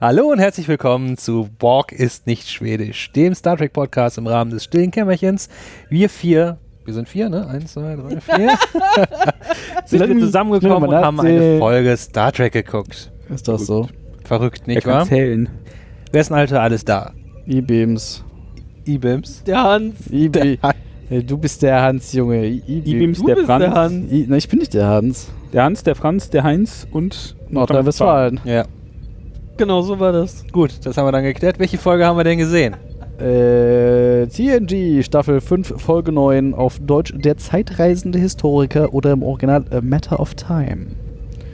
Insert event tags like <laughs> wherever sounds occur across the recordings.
Hallo und herzlich willkommen zu Borg ist nicht schwedisch, dem Star Trek Podcast im Rahmen des stillen Kämmerchens. Wir vier, wir sind vier, ne? Eins, zwei, <laughs> drei, vier. sind wir zusammengekommen und haben eine Folge Star Trek geguckt. Ist das so? Verrückt, Er nicht kann wahr? zählen. Wer ist denn heute alles da? E-Beams. Ibims. Der Hans. E du bist der Hans, Junge. E-Beams. E-Beams, Du der bist Franz, der Hans. I Nein, ich bin nicht der Hans. der Hans, der Franz, der Heinz und Nordrhein-Westfalen. Ja. Genau, so war das. Gut, das haben wir dann geklärt. Welche Folge haben wir denn gesehen? Äh, TNG, Staffel 5, Folge 9, auf Deutsch Der zeitreisende Historiker oder im Original A Matter of Time.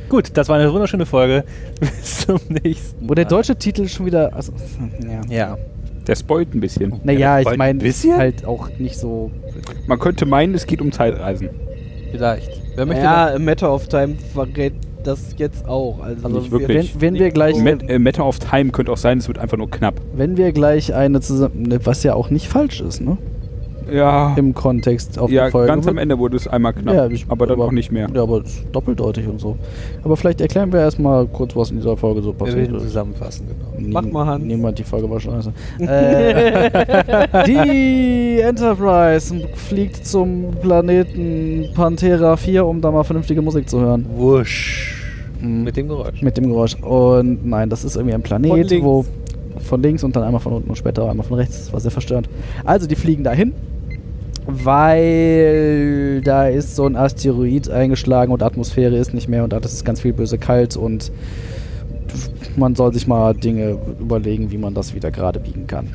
Gut, das war eine wunderschöne Folge. <laughs> Bis zum nächsten Ah. Wo der Mal. deutsche Titel schon wieder. Also, ja. Ja. Der spoilt ein bisschen. Naja, ich Ein meine, ist bisschen? halt auch nicht so. Man könnte meinen, es geht um Zeitreisen. Vielleicht. Wer möchte Ja, Matter of Time verrät das jetzt auch. Also, Nicht wir- wirklich. Wenn, wenn wir gleich. Ma äh, Matter of Time könnte auch sein, es wird einfach nur knapp. Wenn wir gleich eine zusammen. ne, Was ja auch nicht falsch ist, ne? Ja, Im Kontext auf ja die Folge. ganz am Ende wurde es einmal knapp, Ja, ich- aber dann auch nicht mehr. Ja, aber es ist doppeldeutig und so. Aber vielleicht erklären wir erstmal kurz, was in dieser Folge so Wir passiert werden ist. zusammenfassen, genau. Nie- Mach mal, Hans. Niemand, die Folge war <laughs> scheiße. äh, die Enterprise fliegt zum Planeten Pantera 4, um da mal vernünftige Musik zu hören. Wusch. Mit dem Geräusch. Mhm. Mit dem Geräusch. Und nein, das ist irgendwie ein Planet, Von links. wo von links und dann einmal von unten und später einmal von rechts. Das war sehr verstörend. Also, die fliegen dahin, weil da ist so ein Asteroid eingeschlagen und Atmosphäre ist nicht mehr und alles ist ganz viel böse kalt und man soll sich mal Dinge überlegen, wie man das wieder gerade biegen kann.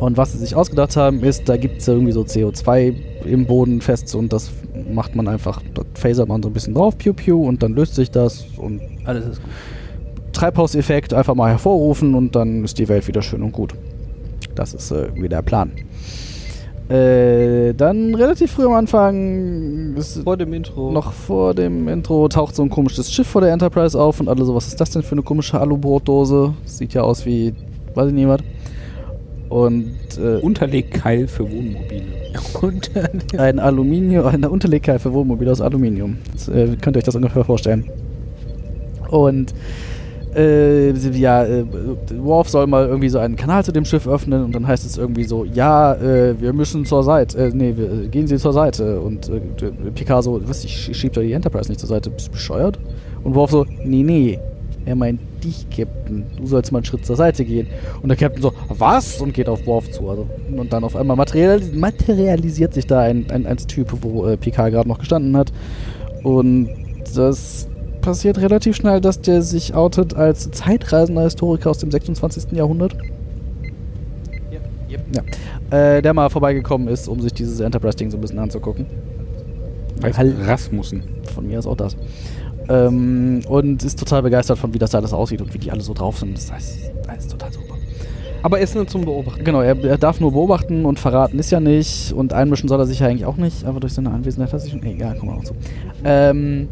Und was sie sich ausgedacht haben, ist, da gibt es irgendwie so CO2 im Boden fest und das macht man einfach, das phasert man so ein bisschen drauf, piu piu, und dann löst sich das und Alles ist gut. Treibhauseffekt einfach mal hervorrufen und dann ist die Welt wieder schön und gut. Das ist äh, irgendwie der Plan. Äh, dann relativ früh am Anfang, ist Vor dem Intro. noch vor dem Intro, taucht so ein komisches Schiff vor der Enterprise auf und alle so, was ist das denn für eine komische Alubrotdose? Sieht ja aus wie, weiß ich niemand. Und äh, Unterlegkeil für <laughs> Wohnmobile. Und dann ein Aluminium, <laughs> eine Unterlegkeil für Wohnmobile aus Aluminium. Das, äh, könnt ihr euch das ungefähr vorstellen. Und äh, sie- ja, äh, Worf soll mal irgendwie so einen Kanal zu dem Schiff öffnen und dann heißt es irgendwie so, ja, äh, wir müssen zur Seite, äh, nee, wir, äh, gehen Sie zur Seite. Und äh, d- Picard so, was, ich sch- schieb doch die Enterprise nicht zur Seite, bist du bescheuert? Und Worf so, nee, nee, er meint dich, Captain, du sollst mal einen Schritt zur Seite gehen. Und der Captain so, was? Und geht auf Worf zu. Also, und dann auf einmal materialis materialisiert sich da ein, ein, ein Typ, wo äh, Picard gerade noch gestanden hat. Und das passiert relativ schnell, dass der sich outet als zeitreisender Historiker aus dem 26. Jahrhundert. Ja, ja. Ja. Äh, der mal vorbeigekommen ist, um sich dieses Enterprise-Ding so ein bisschen anzugucken. Heißt Hall- Rasmussen. Von mir ist auch das. Ähm, und ist total begeistert von, wie das da alles aussieht und wie die alle so drauf sind. Das ist alles total super. Aber ist nur zum Beobachten. Genau, er, er darf nur beobachten und verraten ist ja nicht. Und einmischen soll er sich ja eigentlich auch nicht, aber durch seine Anwesenheit hat er sich schon. Egal, kommen wir auch zu. Ähm,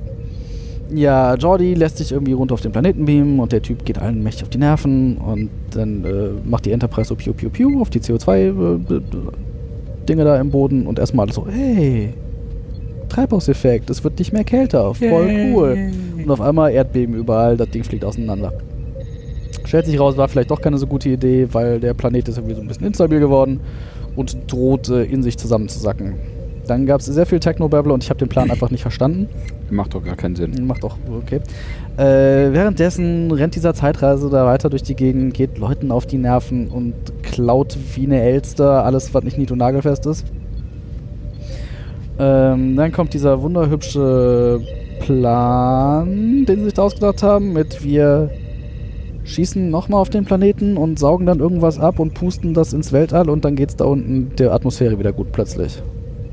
ja, Jordi lässt sich irgendwie runter auf den Planeten beamen und der Typ geht allen mächtig auf die Nerven und dann äh, macht die Enterprise so piu piu piu auf die CO2-Dinge äh, da im Boden und erstmal so, hey, Treibhauseffekt, es wird nicht mehr kälter, voll cool. Und auf einmal Erdbeben überall, das Ding fliegt auseinander. Stellt sich raus, war vielleicht doch keine so gute Idee, weil der Planet ist irgendwie so ein bisschen instabil geworden und drohte in sich zusammenzusacken. Dann gab es sehr viel Technobabble und ich habe den Plan einfach nicht verstanden. Macht doch gar keinen Sinn. Macht auch, okay. Äh, währenddessen rennt dieser Zeitreise da weiter durch die Gegend, geht Leuten auf die Nerven und klaut wie eine Elster alles, was nicht nied- und nagelfest ist. Ähm, dann kommt dieser wunderhübsche Plan, den sie sich da ausgedacht haben, mit wir schießen nochmal auf den Planeten und saugen dann irgendwas ab und pusten das ins Weltall und dann geht's da unten der Atmosphäre wieder gut plötzlich.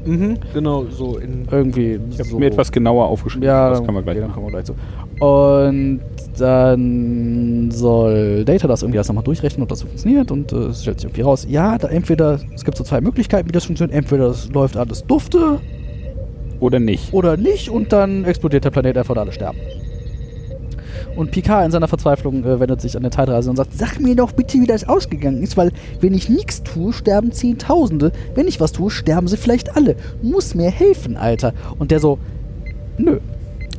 Mhm. Genau, so in. Irgendwie Ich habe so. mir etwas genauer aufgeschrieben. Ja, das kann man gleich okay, dann machen. kommen wir gleich zu. Und dann soll Data das irgendwie erst nochmal durchrechnen, ob das so funktioniert. Und äh, es stellt sich irgendwie raus, ja, da entweder, es gibt so zwei Möglichkeiten, wie das funktioniert. Entweder es läuft alles dufte Oder nicht. oder nicht und dann explodiert der Planet einfach und alle sterben. Und Picard in seiner Verzweiflung äh, wendet sich an den Zeitreise und sagt, sag mir doch bitte, wie das ausgegangen ist, weil wenn ich nichts tue, sterben Zehntausende. Wenn ich was tue, sterben sie vielleicht alle. Muss mir helfen, Alter. Und der so, nö.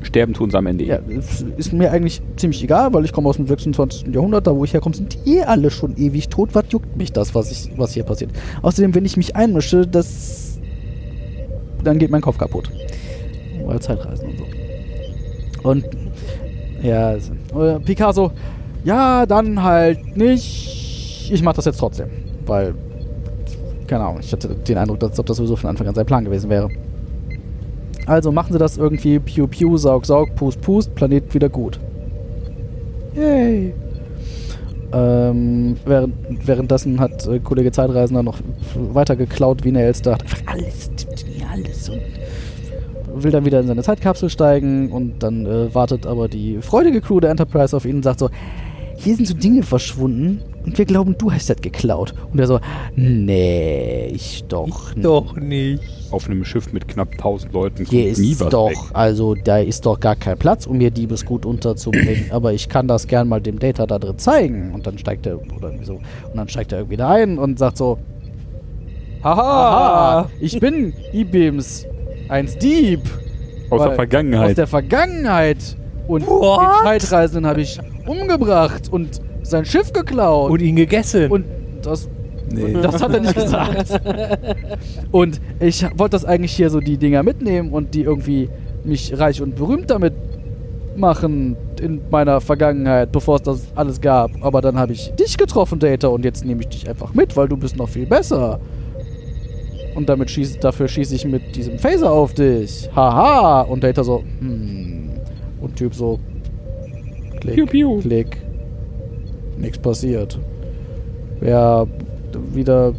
Sterben tun sie am Ende. eh. Ja, es ist mir eigentlich ziemlich egal, weil ich komme aus dem 26. Jahrhundert, da wo ich herkomme, sind eh alle schon ewig tot. Was juckt mich das, was, ich, was hier passiert? Außerdem, wenn ich mich einmische, das. dann geht mein Kopf kaputt. Weil Zeitreisen und so. Und. Ja, es- äh, Picasso, ja, dann halt nicht. Ich mache das jetzt trotzdem. Weil. Keine Ahnung, ich hatte den Eindruck, als ob das sowieso von Anfang an sein Plan gewesen wäre. Also machen sie das irgendwie Piu Piu, Saug, Saug, Pust, Pust, Planet wieder gut. Yay! Ähm, während, währenddessen hat äh, Kollege Zeitreisender noch weiter geklaut, wie er jetzt dachte. Einfach alles, alles und will dann wieder in seine Zeitkapsel steigen und dann äh, wartet aber die freudige Crew der Enterprise auf ihn und sagt so, hier sind so Dinge verschwunden und wir glauben, du hast das geklaut. Und er so, nee, ich doch nicht. Doch nicht. Auf einem Schiff mit knapp 1000 Leuten Hier kommt nie ist was doch, weg. also da ist doch gar kein Platz, um hier Diebesgut unterzubringen. Aber ich kann das gern mal dem Data da drin zeigen. Und dann steigt er oder irgendwie so. Und dann steigt er irgendwie da ein und sagt so: Haha, ich bin Ibims, eins Dieb Aus der weil- aus Vergangenheit. der Vergangenheit. Und What? den Zeitreisenden habe ich umgebracht und sein Schiff geklaut. Und ihn gegessen. und das nee. <laughs> das hat er nicht gesagt. Und ich wollte das eigentlich hier so die Dinger mitnehmen und die irgendwie mich reich und berühmt damit machen in meiner Vergangenheit, bevor es das alles gab. Aber dann habe ich dich getroffen, Data, und jetzt nehme ich dich einfach mit, weil du bist noch viel besser. Und damit schieß, dafür schieße ich mit diesem Phaser auf dich. Haha. Und Data so, hm. Und Typ so, klick, Piu, piu. klick. Nichts passiert. Ja, wieder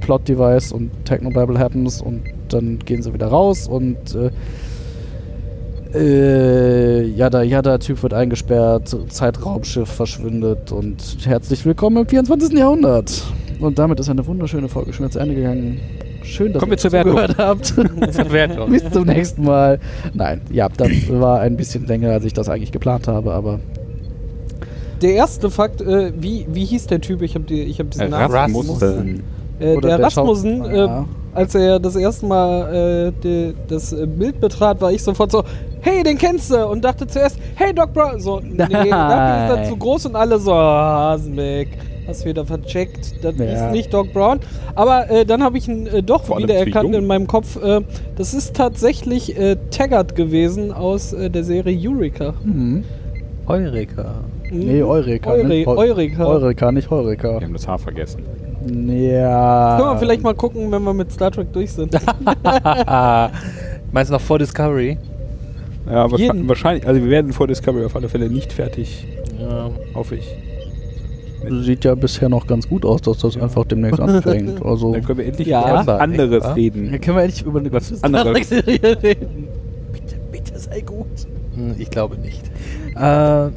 Plot Device und Techno Bible happens und dann gehen sie wieder raus und äh, äh, jada, jada, Typ wird eingesperrt, Zeitraumschiff verschwindet und herzlich willkommen im 24. Jahrhundert. Und damit ist eine wunderschöne Folge schon wieder zu Ende gegangen. Schön, dass Kommen ihr wir zur zugehört habt. <laughs> Äh, Wertlos. Bis zum nächsten Mal. Nein, ja, das war ein bisschen länger, als ich das eigentlich geplant habe, aber Der erste Fakt, äh, wie, wie hieß der Typ? Ich habe die, ich hab diesen Namen. Äh, Rasmussen. Äh, Oder der, der Schau- Ah, Rasmussen, äh, Ja. als er das erste Mal äh, die, das äh, Bild betrat, war ich sofort so, hey, den kennst du! Und dachte zuerst, hey, Doc <laughs> Brown! So, nee, dafür ist Nein. das zu groß und alle so, "Ah, Hasenbeck, hast wieder vercheckt, das Ja. ist nicht Doc Brown. Aber äh, dann habe ich ihn äh, doch Vor allem zu wiedererkannt jung. in meinem Kopf. Äh, das ist tatsächlich äh, Taggart gewesen aus äh, der Serie Eureka. Hm? hm. Eureka. Nee, Eureka. ne? Eure- nicht Eu- Eureka. Eureka, nicht Heureka. Wir haben das Haar vergessen. Ja. Können wir vielleicht mal gucken, wenn wir mit Star Trek <laughs> durch sind. Meinst du noch vor Discovery? Ja, Auf wahrscheinlich, jeden. wahrscheinlich. Also wir werden vor Discovery auf alle Fälle nicht fertig, Ja. Ähm, hoffe ich. Sieht ja bisher noch ganz gut aus, dass das einfach <laughs> demnächst anfängt. Also. Dann können wir endlich Ja. über was anderes Ja. reden. können wir endlich über eine Was anderes. reden. Bitte sei gut. Hm, Ich glaube nicht. <laughs> Äh,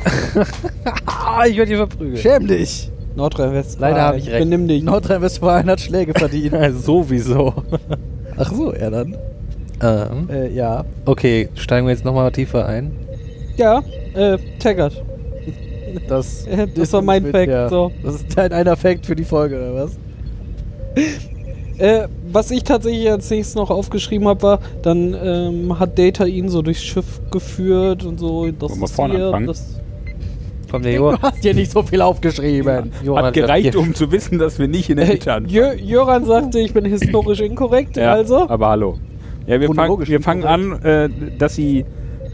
ich werde hier verprügelt. Schäm dich! Nordrhein-Westfalen. Leider hab ich recht. Benimm dich. Nordrhein-Westfalen hat Schläge <laughs> verdient. Ja, Sowieso. Ach so, ja dann. Ähm, Äh, ja. okay, steigen wir jetzt nochmal tiefer ein. Ja, äh, Taggart. Das, Das war mein mit- Fact, so. Das ist dein einer Fact für die Folge, oder was? Äh, was ich tatsächlich als nächstes noch aufgeschrieben habe, war, dann ähm, hat Data ihn so durchs Schiff geführt und so. Das Wollen wir ist vorne hier, anfangen? <laughs> das Komm, der Johann. <laughs> hast dir nicht so viel aufgeschrieben. Johann Hat gereicht, hier- um zu wissen, dass wir nicht in der äh, Mitte anfangen. Jö- Jöran sagte, ich bin historisch <laughs> inkorrekt, Ja, also. Aber hallo. Ja, wir fangen Chronologisch wir fangen an, äh, dass sie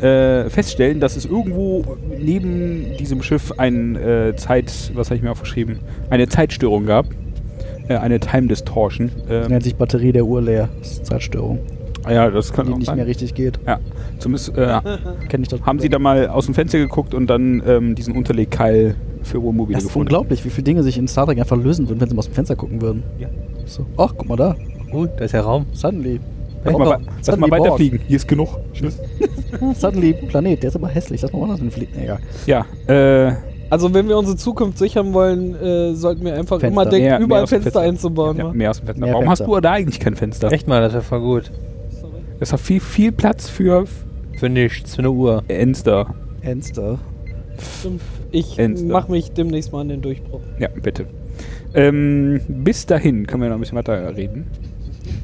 äh, feststellen, dass es irgendwo neben diesem Schiff ein äh, Zeit, was habe ich mir aufgeschrieben, eine Zeitstörung gab, äh, eine Time Distortion. Das Äh, nennt sich Batterie der Uhr leer. Das ist Zeitstörung, Ah ja, das kann die auch nicht sein. mehr richtig geht. Ja, zumindest äh, Kenn ich das haben sie da mal aus dem Fenster geguckt und dann ähm, diesen Unterlegkeil für Wohnmobile Das ist gefunden. unglaublich, wie viele Dinge sich in Star Trek einfach lösen würden, wenn sie mal aus dem Fenster gucken würden. Ja. So. Ach, guck mal da. Uh, da ist ja Raum. Suddenly. Lass mal, wei- lass mal Suddenly Borg. weiterfliegen, hier ist genug. Tschüss. Suddenly Planet, der ist aber hässlich. Lass mal woanders hinfliegen. Nee, Egal. Ja, äh, Also, wenn wir unsere Zukunft sichern wollen, äh, sollten wir einfach Fenster. immer denken, Mehr- mehr überall aus dem Fenster Fenster. einzubauen. ne? ja, Ja, mehr aus dem Fenster. Mehr Warum Fenster. hast du da eigentlich kein Fenster? Echt mal, das wäre voll gut. Das war viel, viel Platz für Für nichts, für eine Uhr. Enster. Enster. Ich Fenster. mach mich demnächst mal an den Durchbruch. Ja, bitte. Ähm, bis dahin können wir noch ein bisschen weiter reden.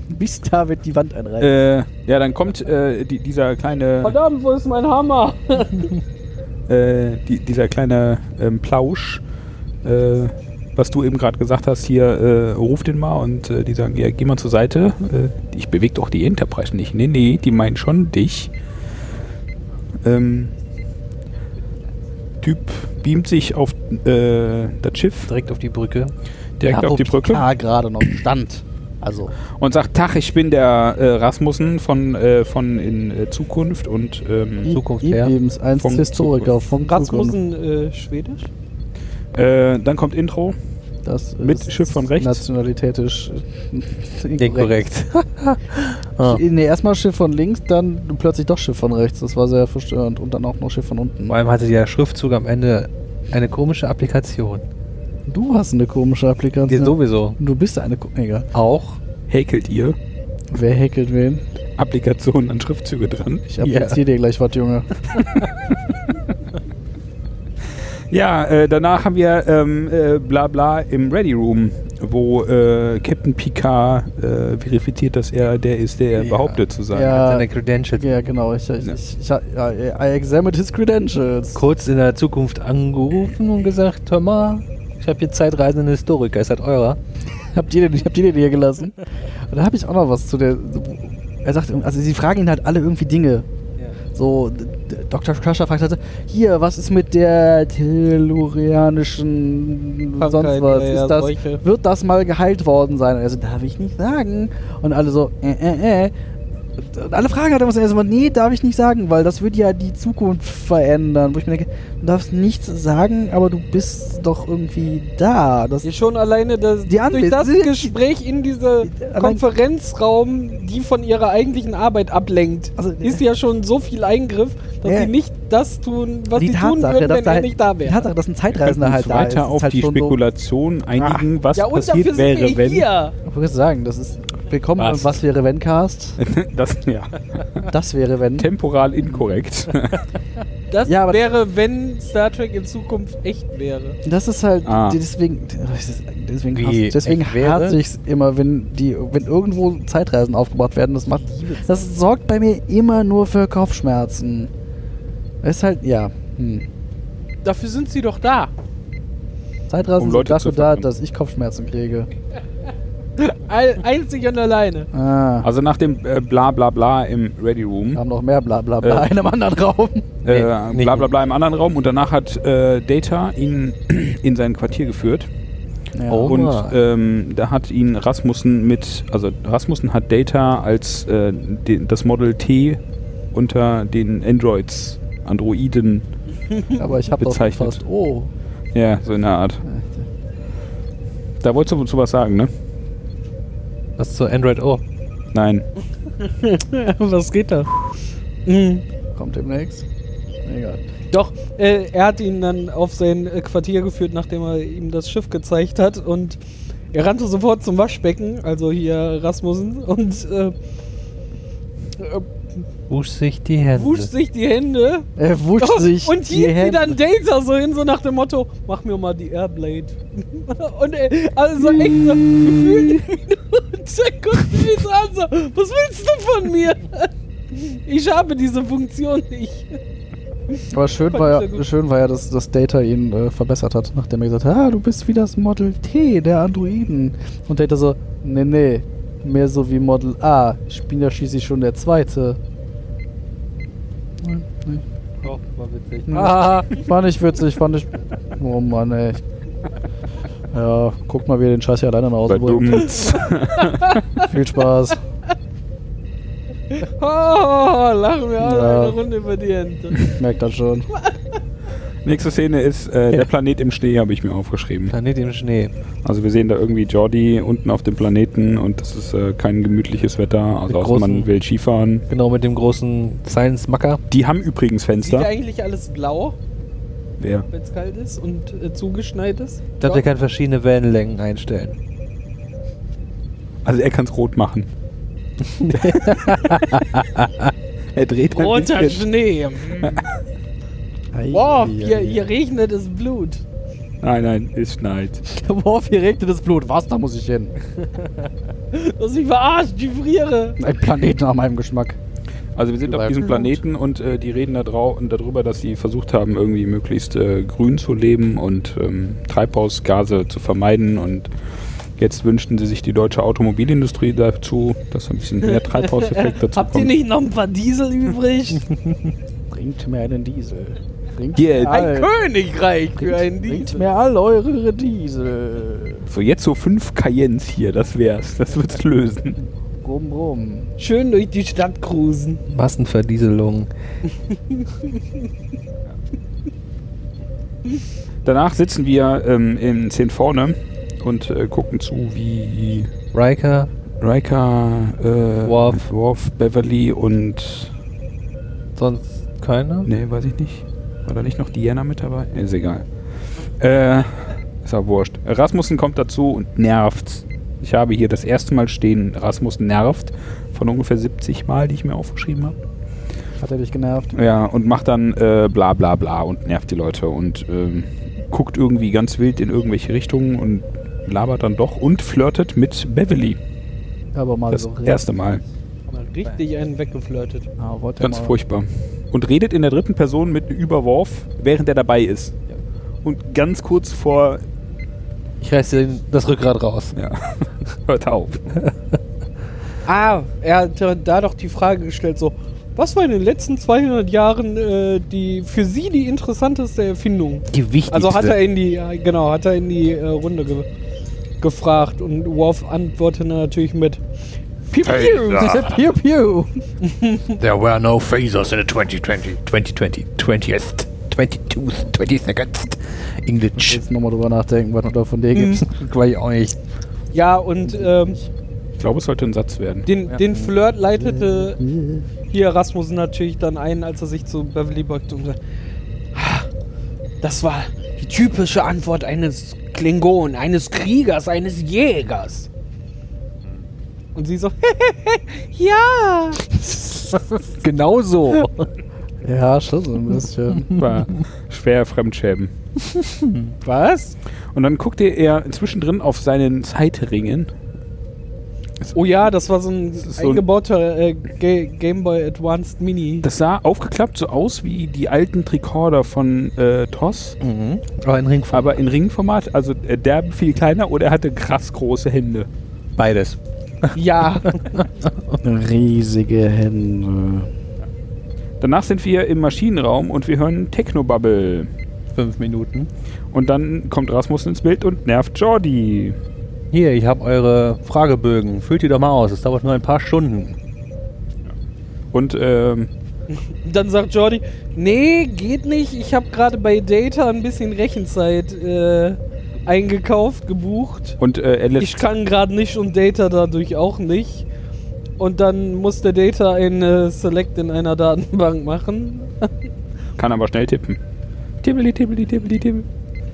Bis da wird die Wand einreißen. Äh, ja, dann kommt äh, die, dieser kleine, Verdammt, wo ist mein Hammer? äh, die, dieser kleine ähm, Plausch, äh, was du eben gerade gesagt hast, hier, äh, ruf den mal und äh, die sagen, ja, geh mal zur Seite. Äh, ich bewege doch die Enterprise nicht. Nee, nee, die meinen schon dich. Ähm, typ beamt sich auf äh, das Schiff Direkt auf die Brücke. direkt Da, auf die wo Brücke. Picard gerade noch stand. Also, und sagt, Tach, ich bin der äh, Rasmussen von, äh, von in äh, Zukunft und ähm, Zukunft I- her. Ibens einst Von Historiker Zukunft. vom Zukunft. Rasmussen äh, Schwedisch? äh, dann kommt Intro. Das mit ist Schiff von rechts? Nationalitätisch äh, Inkorrekt. inkorrekt. <laughs> ah. Nee, erstmal Schiff von links, dann plötzlich doch Schiff von rechts. Das war sehr verstörend. Und dann auch noch Schiff von unten. Vor allem hatte der Schriftzug am Ende eine komische Applikation. Du hast eine komische Die Applikation. sowieso. Du bist eine. Ko Egal. Auch. Häkelt ihr Wer häkelt wen? Applikationen an Schriftzüge dran? Ich appliziere dir gleich was, Junge. Ja, äh, danach haben wir ähm, äh, bla bla im Ready Room, wo äh, Captain Picard äh, verifiziert, dass er der ist, der er Ja. behauptet zu sein. Ja. Seine Credentials. Ja, genau. Ich, ich, Ja. ich, ich, ja, I examined his credentials. Kurz in der Zukunft angerufen und gesagt, hör mal, ich habe hier zeitreisenden Historiker, ist das eurer? Habt ihr den, habt ihr den hier gelassen? Und da habe ich auch noch was zu der. Er sagt, also sie fragen ihn halt alle irgendwie Dinge. So, d- d- Dr. Crusher fragt halt, so, hier, was ist mit der tellurianischen Krankheit, sonst was? ja, ja, Ist das, solche. wird das mal geheilt worden sein? Also, darf ich nicht sagen. Und alle so, äh, äh, äh. Und- Und alle fragen halt immer so erstmal, nee, darf ich nicht sagen, weil das würde ja die Zukunft verändern. Wo ich mir denke, du darfst nichts sagen, aber du bist doch irgendwie da. Das Ja, schon alleine das, Die Anwes- durch das die- Gespräch in diese Allein- Konferenzraum, die von ihrer eigentlichen Arbeit ablenkt, Also, ist ja schon so viel Eingriff, dass Ja. sie nicht das tun, was die sie tun Tatsache, würden, dass wenn da er halt- nicht da die wäre. Tatsache, dass ein Wir können Zeitreisender uns halt da ist, weiter auf ist halt die schon Spekulation einigen, was ja, und dafür passiert sind wir wäre, wenn. hier. So, ich wollte sagen, das ist willkommen was, Was? was wäre wenn Cast? <laughs> Das ja Das wäre wenn. temporal inkorrekt. <laughs> Das Ja, aber- wäre, wenn Star Trek in Zukunft echt wäre. Das ist halt Ah. deswegen deswegen Wie hasse, deswegen echt wäre? hasse ich es immer, wenn die wenn irgendwo Zeitreisen aufgebaut werden, das macht das sorgt bei mir immer nur für Kopfschmerzen. Ist halt ja. Hm. Dafür sind sie doch da. Zeitreisen Um sind Leute dafür zu da, verwirren. dass ich Kopfschmerzen kriege. All, einzig und alleine. Ah, Also nach dem äh, bla bla bla im Ready Room, haben noch mehr bla bla bla Äh. in einem anderen Raum. äh, Nee, nee. bla bla bla im anderen Raum und danach hat äh, Data ihn <clears throat> in sein Quartier geführt. Ja. Oh. Und Ah. ähm, da hat ihn Rasmussen mit, also Rasmussen hat Data als äh, de, das Model T unter den Androids, Androiden, Aber ich habe doch äh, Bezeichnet. fast oh. ja, so in der Art. Da wolltest du wozu was sagen, ne? Was zu Android "Oh, O? Nein. <laughs> was geht da? Mhm. Kommt demnächst. Egal. Doch, äh, er hat ihn dann auf sein äh, Quartier geführt, nachdem er ihm das Schiff gezeigt hat. Und er rannte sofort zum Waschbecken, also hier Rasmussen, und äh, äh, Wusch sich die Hände. wusch sich die Hände. <laughs> Er wuscht <laughs> Oh, sich und hielt sie Hände. dann Data so hin, so nach dem Motto: Mach mir mal die Airblade. <laughs> und er, also echt so <laughs> gefühlt <laughs> Minute guckt mich so an, so: Was willst du von mir? <laughs> Ich habe diese Funktion nicht. <laughs> Aber schön Fand war, ich sehr ja, gut. schön war ja, dass, dass Data ihn äh, verbessert hat, nachdem er gesagt hat, ah, du bist wie das Model T der Androiden. Und Data so, nee, nee, mehr so wie Model A. Ich bin ja schließlich schon der Zweite. <laughs> Nein, nein. Oh, war witzig. nein. Fand ich witzig, fand ich... Oh Mann, ey. Ja, guck mal, wie er den Scheiß hier alleine nach Hause bringt. Badumts. Viel Spaß. Oh, lachen wir alle Ja. eine Runde über die Ente. Merkt das schon. Nächste Szene ist äh, der Planet im Schnee, habe ich mir aufgeschrieben. Planet im Schnee. Also wir sehen da irgendwie Jordi unten auf dem Planeten und das ist äh, kein gemütliches Wetter, Mit also außer großen- man will Skifahren. Genau mit dem großen Science-Macker. Die haben übrigens Sieht ja Fenster. eigentlich alles blau, Wer? wenn es kalt ist und äh, zugeschneit ist? Ich glaube, der kann verschiedene Wellenlängen einstellen. Also er kann es rot machen. <laughs> er dreht ein Roter bisschen. <laughs> Schnee. Wow, Hm. hier, hier regnet es Blut. Nein, nein, es schneit. Worauf hier regnet das Blut? Was, da muss ich hin. Lass mich verarschen, ich friere. Ein Planet nach meinem Geschmack. Also wir sind auf Bleibt diesem gut. Planeten und äh, die reden da drau und darüber, dass sie versucht haben, irgendwie möglichst äh, grün zu leben und ähm, Treibhausgase zu vermeiden. Und jetzt wünschten sie sich die deutsche Automobilindustrie dazu, dass ein bisschen <laughs> mehr Treibhauseffekt dazu Habt ihr kommt. nicht noch ein paar Diesel <laughs> übrig? Bringt mir einen Diesel. Bringt Yeah. mir all, Königreich für einen bringt, bringt mir all eure Diesel. So jetzt so fünf Cayennes hier, das wär's. Das wird's lösen. Rum, rum. Schön durch die Stadt cruisen. Massenverdieselung. Danach sitzen wir ähm, in 10 vorne und äh, gucken zu, wie Riker, Riker, äh, Worf. Worf, Beverly und sonst keiner? Nee, weiß ich nicht. War da nicht noch Diana mit dabei? Ist egal. Äh, ist auch wurscht. Rasmussen kommt dazu und nervt's. Ich habe hier das erste Mal stehen, Rasmus nervt von ungefähr 70 Mal, die ich mir aufgeschrieben habe. Hat er dich genervt? Ja, und macht dann äh, bla bla bla und nervt die Leute und ähm, guckt irgendwie ganz wild in irgendwelche Richtungen und labert dann doch und flirtet mit Beverly. Aber mal Das so Also, reden. erste Mal. Mal richtig einen weggeflirtet. Ah, wollte Ganz mal- furchtbar. Und redet in der dritten Person mit Überwurf, während er dabei ist. Und ganz kurz vor Ich reiß dir das Rückgrat raus. Ja, <laughs> hört auf. Ah, er hat da doch die Frage gestellt, so, was war in den letzten 200 Jahren äh, die für Sie die interessanteste Erfindung? Die wichtigste. Also hat er in die, ja, genau, hat er in die äh, Runde ge gefragt und Worf antwortete natürlich mit Piu, piu. Piu, piu. There were no phasers in the 2020, 2020, 20th, 22nd, 22nd English. Jetzt nochmal drüber nachdenken, was noch da von dir gibt. gleich auch nicht. Ja, und ähm, Ich glaube, es sollte ein Satz werden. den, den Flirt leitete hier Rasmussen natürlich dann ein, als er sich zu Beverly beugte und sagte, "Ah, das war die typische Antwort eines Klingon, eines Kriegers, eines Jägers. Und sie so, <laughs> ja. Genau so. Ja, schon so ein <laughs> bisschen. War <laughs> schwer Fremdschämen. Was? Und dann guckte er inzwischen drin auf seinen Zeitringen. Oh ja, das war so ein ist so ein- eingebauter äh, Ga Game Boy <laughs> Advanced Mini. Das sah aufgeklappt so aus wie die alten Tricorder von äh, TOS, Mhm. Aber in Ring aber in Ringformat. Also äh, der viel kleiner oder er hatte krass große Hände. beides. ja. Riesige Hände. Danach sind wir im Maschinenraum und wir hören Technobubble. Fünf Minuten. Und dann kommt Rasmus ins Bild und nervt Jordi. Hier, ich habe eure Fragebögen. Füllt die doch mal aus. Es dauert nur ein paar Stunden. Und ähm, Dann sagt Jordi, nee, geht nicht. Ich habe gerade bei Data ein bisschen Rechenzeit äh, eingekauft, gebucht. und äh, er Ich lässt kann gerade nicht und Data dadurch auch nicht. Und dann muss der Data ein äh, Select in einer Datenbank machen. kann aber schnell tippen. Tibbeli, tibbeli, tibbeli, tibbeli.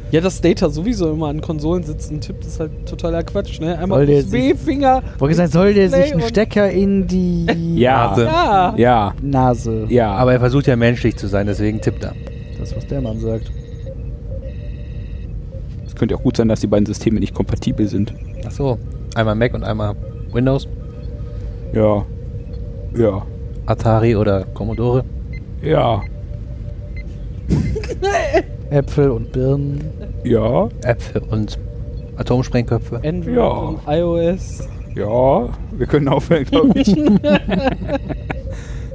Ja, dass Data sowieso immer an Konsolen sitzt und tippt, ist halt totaler Quatsch, ne? Einmal Soll der USB-Finger. Wo gesagt, soll der sich Play einen und- Stecker in die <laughs> Ja. Nase. Ja. Ja, Nase? ja. Aber er versucht ja menschlich zu sein, deswegen tippt er. Das, ist, was der Mann sagt. Es könnte auch gut sein, dass die beiden Systeme nicht kompatibel sind. Ach so. Einmal Mac und einmal Windows. Ja. Ja. Atari oder Commodore. Ja. Äpfel und Birnen. Ja. Äpfel und Atomsprengköpfe. Android Ja. und iOS. Ja. Wir können aufhören, glaube <laughs> ich.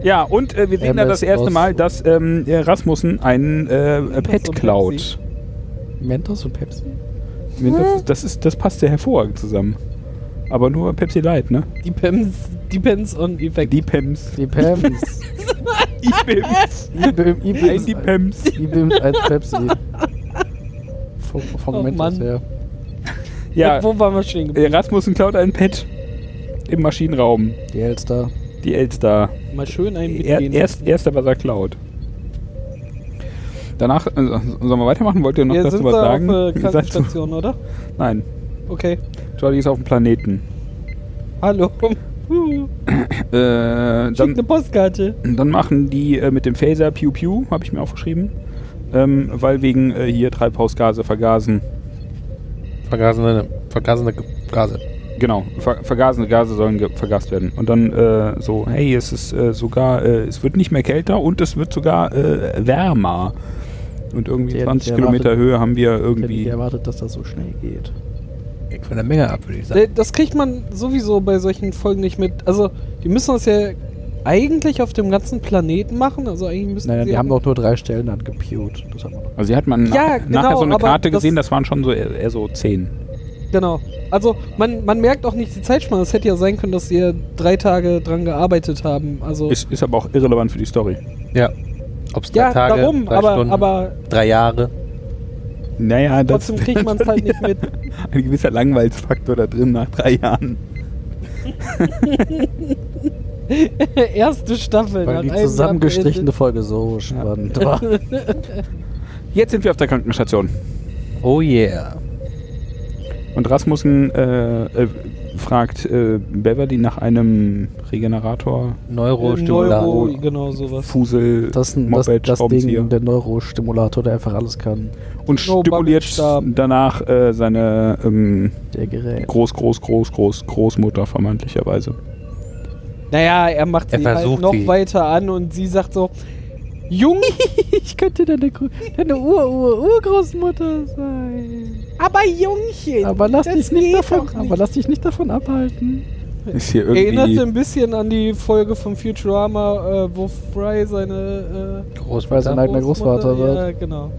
ja, und äh, wir sehen da MS das erste aus- Mal, dass ähm, der Rasmussen einen äh, Pet und klaut. Mentos und Pepsi? Das, das, ist, das passt ja hervorragend zusammen. Aber nur Pepsi Light, ne? Die Pems, die Pens und Effekt. Die Pems. Die Pems. <laughs> Die Pems. Ibim, Ibim, Nein, <laughs> die Pems. Ibim als Pepsi. Vom, vom Oh, Mentos Mann. her. Ja, Wo waren wir stehen geblieben? der Rasmussen klaut einen Pet. Im Maschinenraum. Die Elster. Die Elster. Mal schön einen Er, mitgehen. erst, erst aber sagt Cloud. Danach, äh, sollen wir weitermachen? Wollt ihr noch Wir dazu sind was da sagen? auf äh, Ihr seid so- Krankenstation, oder? nein, Okay. Jordi ist auf dem Planeten. Hallo. <laughs> Huh. Äh, Schick eine dann, Postkarte. dann machen die äh, mit dem Phaser Pew Pew, habe ich mir aufgeschrieben. Ähm, weil wegen äh, hier Treibhausgase vergasen. Vergasene, vergasene Gase. Genau, ver vergasene Gase sollen ge vergast werden. Und dann äh, so, hey, es ist äh, sogar, äh, es wird nicht mehr kälter und es wird sogar äh, wärmer. Und irgendwie Der- 20 der Kilometer wartet- Höhe haben wir Ich hätte nicht irgendwie. erwartet, dass das so schnell geht. Hängt von der Menge ab, würde ich sagen. D- Äh, Das kriegt man sowieso bei solchen Folgen nicht mit. Also, die müssen das ja eigentlich auf dem ganzen Planeten machen. Also, eigentlich müssen Naja, sie die haben doch nur drei Stellen angepute. Das haben wir noch. Also, sie hat man nach, Ja, nachher genau, so eine aber Karte das- gesehen, das waren schon so eher, eher so 10. Genau. Also, man, man merkt auch nicht die Zeitspanne. Es hätte ja sein können, dass sie ja drei Tage dran gearbeitet haben. Also, Ist, ist aber auch irrelevant für die Story. Ja. Ob es drei ja, Tage, darum, drei aber, Stunden, aber drei Jahre. Naja, das trotzdem kriegt man es halt nicht mit. <laughs> ein gewisser Langweilsfaktor da drin nach drei Jahren. <laughs> Erste Staffel. nach Weil die einem Jahr zusammengestrichene beendet. Folge so spannend war. <laughs> Jetzt sind wir auf der Krankenstation. Oh yeah. Und Rasmussen äh, äh, fragt äh, Beverly nach einem Regenerator, Neurostimulator. Neuro, genau sowas. Fusel, Das, ist ein- das, Moped, das Schraubenzieher Ding, der Neurostimulator, der einfach alles kann. und No stimuliert Baggelstab. danach äh, seine ähm, Der Gerät. Groß, Groß, Groß, Groß, Großmutter vermeintlicherweise. Naja, er macht Er sie halt versucht noch sie. weiter an und sie sagt so, Jung, <laughs> Ich könnte deine, Gro- deine Ur, Ur, Urgroßmutter sein. aber <laughs> Jungchen. Aber lass, das dich nicht geht davon, doch aber lass dich nicht davon abhalten. Ist hier Erinnert irgendwie. ein bisschen an die Folge von Futurama, äh, wo Fry seine äh, Weil sein Großmutter. eigener Großvater Großmutter- wird. Ja, genau.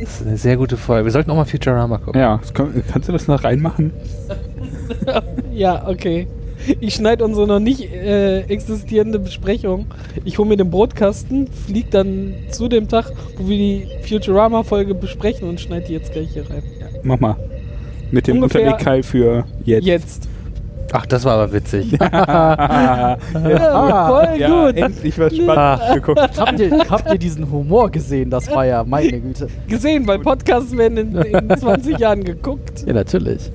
Das ist eine sehr gute Folge. Wir sollten auch mal Futurama gucken. Ja, das kann, kannst du das noch reinmachen? Ja, okay. Ich schneide unsere noch nicht äh, existierende Besprechung. Ich hole mir den Brotkasten, flieg dann zu dem Tag, wo wir die Futurama-Folge besprechen und schneide die jetzt gleich hier rein. Mach mal. Mit dem Ungefähr- Unterlegkeil für jetzt. <laughs> Jetzt. Ach, das war aber witzig. Ah, Ja, voll ja, gut. endlich was Ah. spannend geguckt. Habt ihr, habt ihr diesen Humor gesehen? Das war ja meine Güte. Gesehen, weil Podcasts werden in, in 20 Jahren geguckt. Ja, natürlich.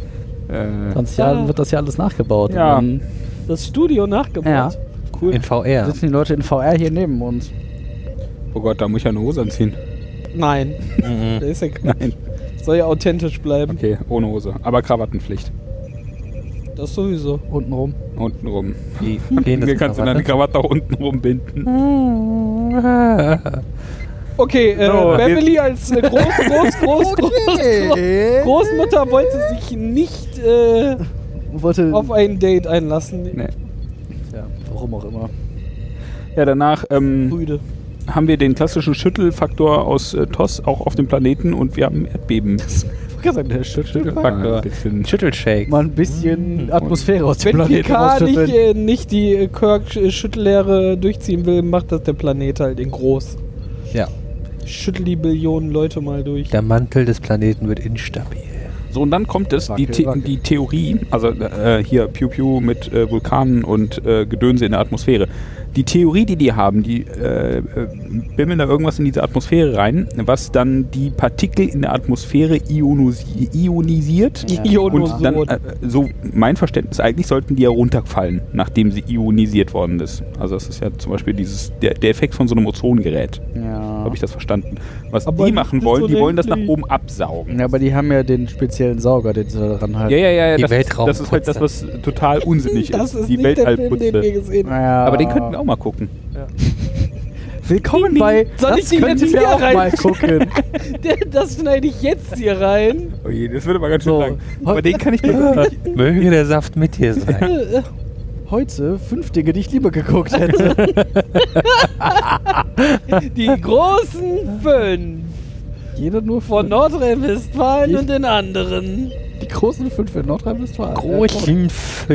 Äh, 20 Jahren wird das ja alles nachgebaut. Ja. Und dann Das Studio nachgebaut. Ja. cool. In VR. sitzen die Leute in VR hier neben uns. Oh Gott, da muss ich ja eine Hose anziehen. <laughs> Nein, <laughs> Mhm. der ist ja Nein. soll ja authentisch bleiben. Okay, ohne Hose. Aber Krawattenpflicht. Das sowieso. Untenrum. Unten rum. Die Hier kannst du deine Penis- Krawatte auch unten rumbinden. Okay, äh, So, Beverly als äh, groß, groß, groß, groß, Großmutter wollte sich nicht äh, Wollte. auf ein Date einlassen. Nee. ja, warum auch immer. Ja, danach ähm, Brüde. haben wir den klassischen Schüttelfaktor aus äh, TOS auch auf dem Planeten und wir haben Erdbeben. Ich kann sagen, der Schüttel. Ah, ein bisschen. Schüttelshake. Mal ein bisschen Mhm. Atmosphäre aus dem Wenn Planeten Picard nicht, rausschütteln. äh, nicht die äh, Kirk-Schüttellehre durchziehen will, macht das der Planet halt in groß. Ja. Schüttel die Billionen Leute mal durch. Der Mantel des Planeten wird instabil. So, und dann kommt es, die, Wackel, The wackel. die Theorie, also äh, hier Pew Pew mit äh, Vulkanen und äh, Gedönse in der Atmosphäre. Die Theorie, die die haben, die äh, äh, bimmeln da irgendwas in diese Atmosphäre rein, was dann die Partikel in der Atmosphäre ionisi ionisiert. Ja. Und dann, Ionosod. äh, so mein Verständnis, eigentlich sollten die ja runterfallen, nachdem sie ionisiert worden ist. Also das ist ja zum Beispiel dieses, der, der Effekt von so einem Ozongerät, Ja. habe ich das verstanden. Was Aber die machen nicht wollen, so die wollen das nach denklich. oben absaugen. ja, aber die haben ja den speziellen Sauger, den sie da dran halten. Ja, ja, ja, ja Die das, ist, Weltraum- das ist halt das, was total unsinnig <laughs> Das ist Die nicht der Film, Weltallputze. den wir gesehen haben. Ja. Aber den könnten wir auch mal gucken. Willkommen bei. Soll das ich die könnten jetzt wir hier auch rein- mal gucken. Das schneide ich jetzt hier rein. Oh je, das wird aber ganz schön So. lang. Aber den kann ich mir <laughs> wirklich- Möge der Saft mit dir <laughs> sein. Heute fünf Dinge, die ich lieber geguckt hätte. <laughs> Die großen fünf Jeder nur von von Nordrhein-Westfalen Ich- und den anderen. die großen fünf in Nordrhein-Westfalen. Fünf.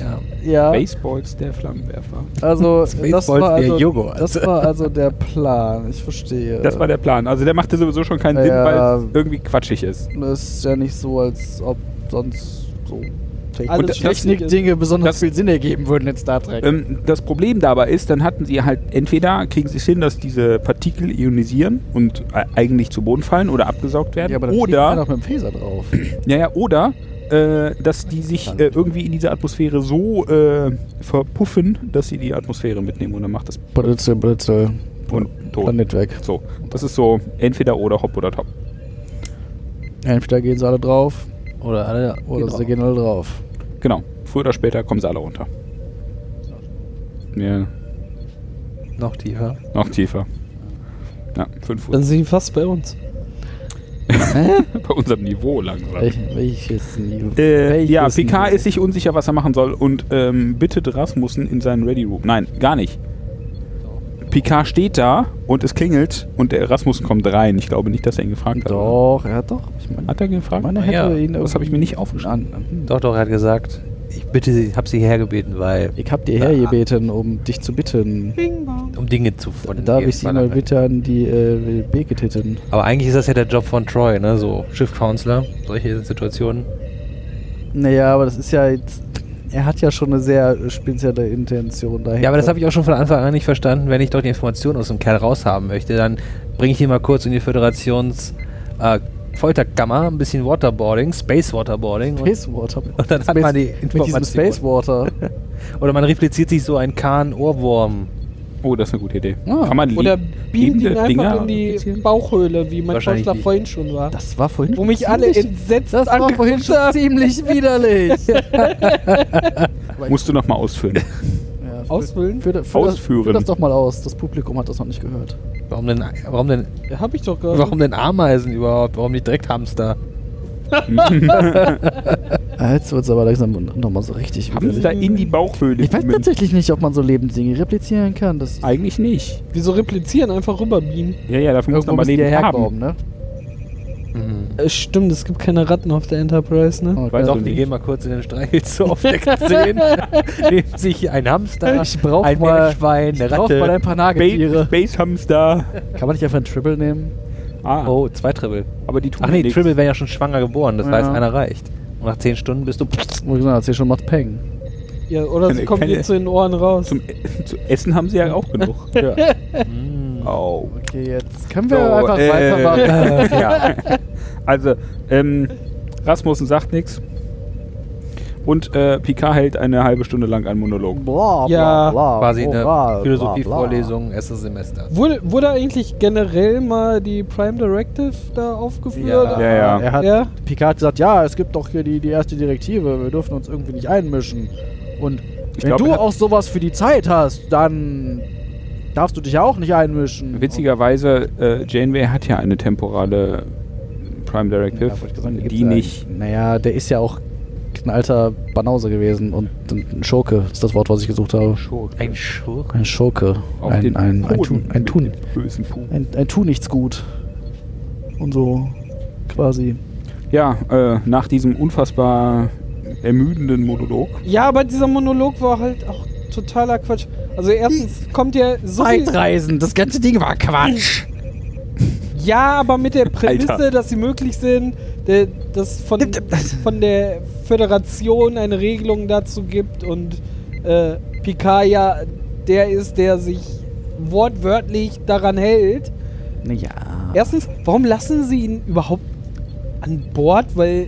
Ja. Ja, Baseballs der Flammenwerfer. <laughs> also Spaceballs das war der also, Joghurt. das war also der Plan. Ich verstehe. Das war der Plan. Also der machte sowieso schon keinen Sinn, Ja. weil es irgendwie quatschig ist. Das ist ja nicht so, als ob sonst so Alles Technik- schlecht ist. Technik-Dinge besonders Das- viel Sinn ergeben würden in Star Trek. Ähm, das Problem dabei ist, dann hatten sie halt entweder kriegen sie es hin, dass diese Partikel ionisieren und äh, eigentlich zu Boden fallen oder abgesaugt werden, ja, aber da fliegt oder einer mit dem Phaser drauf. Ja, ja, oder äh, dass die sich äh, irgendwie in dieser Atmosphäre so äh, verpuffen, dass sie die Atmosphäre mitnehmen und dann macht das Blitzel, Blitzel. und tot. Planet weg. So, das ist so entweder oder hopp oder top. Entweder gehen sie alle drauf Oder alle. Oder drauf. sie gehen alle drauf. Genau. Früher oder später kommen sie alle runter. Ja, noch tiefer. noch tiefer. Ja, 5 Uhr. Dann sind die fast bei uns. <laughs> Bei unserem Niveau langsam. Welch, welches Niveau? Äh, ja, welches PK Niveau? ist sich unsicher, was er machen soll und ähm, bittet Rasmussen in seinen Ready Room. Nein, gar nicht. PK steht da und es klingelt und der Rasmussen kommt rein. Ich glaube nicht, dass er ihn gefragt hat. oder? Doch, er hat doch. Ich meine, Hat er gefragt? meine Ah, hätte ja. ihn Das habe ich mir nicht aufgeschrieben. aufgeschlagen. Doch, doch, er hat gesagt, ich bitte sie, hab sie hergebeten, weil, Ich hab dir hergebeten, um dich zu bitten. um Dinge zu von Darf ihr ich sie mal verlangen. bitte an die äh, Birgit hitten? Aber eigentlich ist das ja der Job von Troy, ne? So Shift Counselor, solche Situationen. Naja, aber das ist ja jetzt. Er hat ja schon eine sehr spezielle Intention dahinter. Ja, aber das habe ich auch schon von Anfang an nicht verstanden. Wenn ich doch die Informationen aus dem Kerl raushaben möchte, dann bringe ich ihn mal kurz in die Föderations äh, Folterkammer, ein bisschen Waterboarding, Space Waterboarding. und- Spacewater. Und dann hat man die Mit diesem Information. Spacewater. Oder man repliziert sich so einen Kahn-Ohrwurm. Oh, das ist eine gute Idee. Ah, Kann man Oder lieb- beamen ihn liebende einfach Dinger- in die Bauchhöhle, wie mein Wahrscheinlich Vorschlag nicht. vorhin schon war. Das war vorhin Wo mich alle ziemlich- entsetzt Das war angeguckt vorhin schon haben. ziemlich widerlich. Musst du <laughs> nochmal ausfüllen. Ja, für- Ausfüllen? für- für- Ausführen. Führ das doch mal aus. Das Publikum hat das noch nicht gehört. Warum denn, warum denn, Hab ich doch gehört. warum denn Ameisen überhaupt? Warum nicht direkt Hamster? Ah, Jetzt wird es aber langsam nochmal so richtig Haben sie da widerlich. in die Bauchhöhle? Ich weiß beamen? tatsächlich nicht, ob man so lebende Dinge replizieren kann. Das Eigentlich nicht. Wieso replizieren? Einfach rüberbeamen. Ja, ja, dafür muss Irgendwo man mal müssen die ja Leben herkommen, ne? haben. Mhm. Äh, stimmt, es gibt keine Ratten auf der Enterprise, ne? Okay. weiß Doch, Also die nicht. gehen mal kurz in den Streichelzoo auf der <laughs> Szene, nehmen sich ein Hamster, Ich brauch ein mal- Meerschwein, eine Braucht Ratte. man ein paar Nagetiere. Space Hamster. Kann man nicht einfach ein Triple nehmen? Ah, Oh, zwei Tribble. aber die tun Ach nee, nichts. Tribble wäre ja schon schwanger geboren, das Ja. heißt, einer reicht. Und nach zehn Stunden <laughs> bist du. Oh, genau, das hier schon macht Peng. Ja, oder sie Keine- kommen dir keine- zu den Ohren raus. Zum, E- <laughs> zu Essen haben sie ja auch genug. <laughs> Ja. Mm. Oh. Okay, jetzt können So, wir einfach äh, weitermachen. <laughs> ja. Also, ähm, Rasmussen sagt nichts. Und äh, Picard hält eine halbe Stunde lang einen Monolog. <laughs> Bla, Ja, Quasi bla, eine bla, Philosophievorlesung, erstes Semester. Wurde, wurde eigentlich generell mal die Prime Directive da aufgeführt? Ja. Ja, bla. ja. Er hat, Ja? Picard hat gesagt, ja, es gibt doch hier die, die erste Direktive, wir dürfen uns irgendwie nicht einmischen. Und Ich wenn glaub, du er hat- auch sowas für die Zeit hast, dann darfst du dich ja auch nicht einmischen. Witzigerweise, äh, Janeway hat ja eine temporale Prime Directive, Ja, wollte ich sagen, gibt's die ja nicht. einen. Naja, der ist ja auch ein alter Banause gewesen und ein Schurke ist das Wort, was ich gesucht habe. Ein Schurk. Ein Schurke. Auf Ein, den ein, ein, Boden Tun, ein, mit Tun, dem Bösen Puh. ein, ein Tun nichts gut. Und so quasi. Ja, äh, nach diesem unfassbar ermüdenden Monolog. Ja, aber dieser Monolog war halt auch totaler Quatsch. Also erstens kommt ja so viel... Zeitreisen, das ganze Ding war Quatsch. Ja, aber mit der Prämisse, Alter. dass sie möglich sind, der, dass von, von der Föderation eine Regelung dazu gibt und äh, Picard ja der ist, der sich wortwörtlich daran hält. Naja. Erstens, warum lassen sie ihn überhaupt an Bord? Weil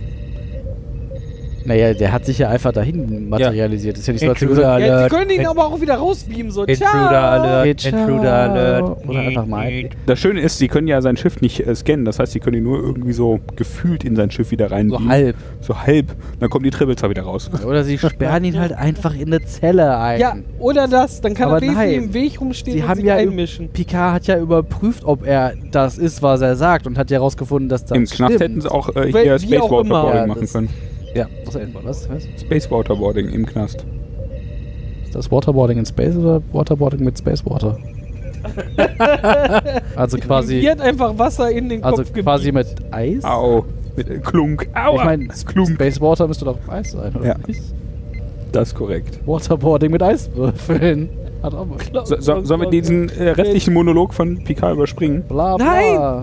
Naja, der hat sich ja einfach dahin materialisiert. Ist ja nicht so, als Intruder gesagt- Alert. ja, sie können ihn Int- aber auch wieder rausbeamen, so Intruder ciao. Alert. Hey, ciao. Intruder Alert. Oder einfach mal. Nicht. Das Schöne ist, sie können ja sein Schiff nicht äh, scannen. Das heißt, sie können ihn nur irgendwie so gefühlt in sein Schiff wieder rein. So halb. So halb. Dann kommen die Tribbles wieder raus. Oder sie sperren ihn halt einfach in eine Zelle ein. Ja, oder das, dann kann Aber er wesentlich nein. im Weg rumstehen Sie und haben sich ja einmischen. Picard hat ja überprüft, ob er das ist, was er sagt, und hat ja herausgefunden, dass das Im Knast stimmt. hätten sie auch äh, Weil- hier wie Space auch immer. Waterboarding Ja, machen das- können. Ja. Was, was, was? Space Waterboarding im Knast. Ist das Waterboarding in Space oder Waterboarding mit Space <laughs> Water? also Sie quasi, hat einfach Wasser in den also Kopf gebiet. quasi mit Eis? Au. Mit äh, Klunk. Aua. Ich meine, das Klunk. Space Water müsste doch Eis sein, oder Ja. nicht? Das ist korrekt. Waterboarding mit Eiswürfeln. Hat auch mal. So, so, sollen wir diesen äh, restlichen Monolog von Picard überspringen? Bla, bla,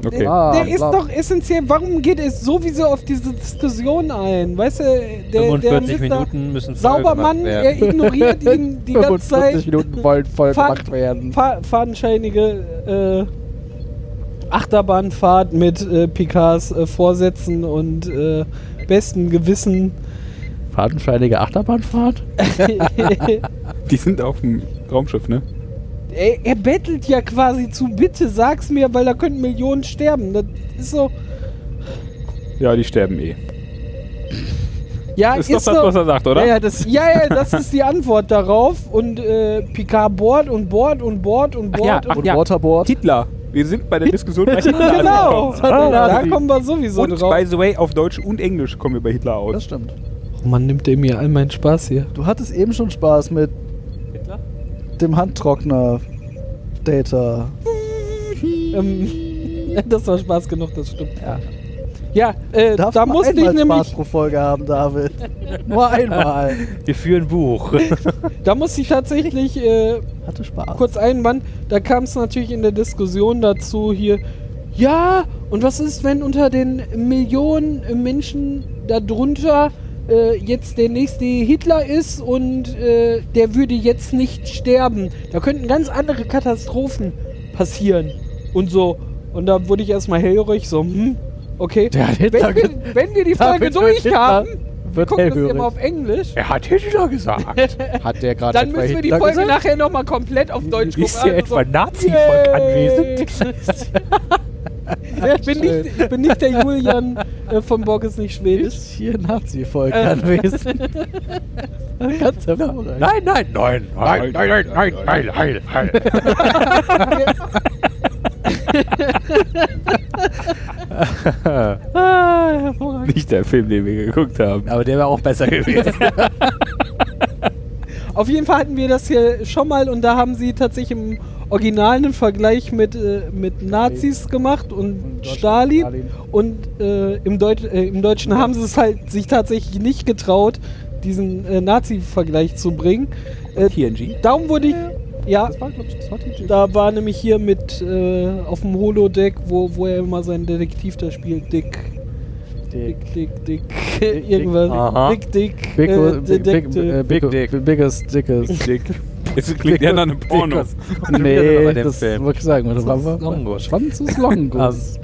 Nein! Okay. Bla, Der ist bla. doch essentiell. Warum geht es sowieso auf diese Diskussion ein? Weißt du, der, 45 der Mr. Minuten müssen voll Saubermann, gemacht er werden. ignoriert ihn die ganze 45 Zeit. Minuten wollen voll Fuck. gemacht werden. Fa fadenscheinige äh, Achterbahnfahrt mit äh, Picards äh, Vorsätzen und äh, besten Gewissen. <laughs> Fadenscheinige Achterbahnfahrt? er, Die sind auf dem Raumschiff, ne? er bettelt ja quasi zu, bitte sag's mir, weil da könnten Millionen sterben. Das ist so. Ja, die sterben eh. Ja, Ist ist, doch das, so. was er sagt, oder? Ja, ja, das, ja, ja, das ist die Antwort darauf. Und äh, Picard bohrt und bohrt und bohrt und ja, bohrt. ach und Und Waterboard. Hitler. Wir sind bei der <laughs> Diskussion bei Hitler. <laughs> Genau, angekommen. da kommen wir sowieso Ah. Und drauf. by the way, auf Deutsch und Englisch kommen wir bei Hitler Das aus. stimmt. Man nimmt dem mir all meinen Spaß hier. Du hattest eben schon Spaß mit dem Handtrockner Data. Ähm, <laughs> das war Spaß genug, das stimmt. Ja, äh, da man musste ich einmal Spaß nämlich, pro Folge haben, <laughs> David. Nur einmal. Wir führen Buch. da musste ich tatsächlich äh, Hatte Spaß. kurz einwand, da kam es natürlich in der Diskussion dazu hier, ja, und was ist, wenn unter den Millionen Menschen darunter äh, jetzt der nächste Hitler ist und äh, der würde jetzt nicht sterben. Da könnten ganz andere Katastrophen passieren und so. Und da wurde ich erstmal hellhörig, so, hm, okay. Der hat Hitler wenn, wir, wenn wir die Folge durch haben, wir wird gucken das hier hellhörig. mal auf Englisch, Er hat Hitler gesagt. Hat der gerade dann müssen wir die Folge nachher nochmal komplett auf Deutsch gucken. Ist hier Also so, etwa Nazi-Volk anwesend? <laughs> <laughs> ich, bin nicht, ich bin nicht der Julian äh, von Borg ist nicht schwedisch. Ist hier Nazi-Folge Äh. anwesend? Ganz hervorragend. Nein, nein, nein, nein, nein, nein, nein, heil, heil, heil. Ah, hervorragend. Nicht der Film, den wir geguckt haben. Aber der wäre auch besser gewesen. Auf jeden Fall hatten wir das hier schon mal und da haben sie tatsächlich im Original einen Vergleich mit, äh, mit Nazis gemacht und Und Stalin. Stalin. Und äh, im, Deut äh, im Deutschen haben sie es halt sich tatsächlich nicht getraut, diesen äh, Nazi-Vergleich zu bringen. Äh, TNG. darum wurde ich. Ja, Das war, glaub ich, das war TJ. Da war nämlich hier mit äh, auf dem Holodeck, wo, wo er immer seinen Detektiv da spielt, Dick. Dick, Dick, Dick, <laughs> irgendwas. Aha. Dick, Dick, Big, äh, äh, big, big, Detektiv. äh, big, Dick. biggest, dickest. <laughs> Dick. Es klingt ja nach einem Porno. Nee, bei dem das Film. wollte ich sagen. Das war, ist Longus. Schwanz ist Longus.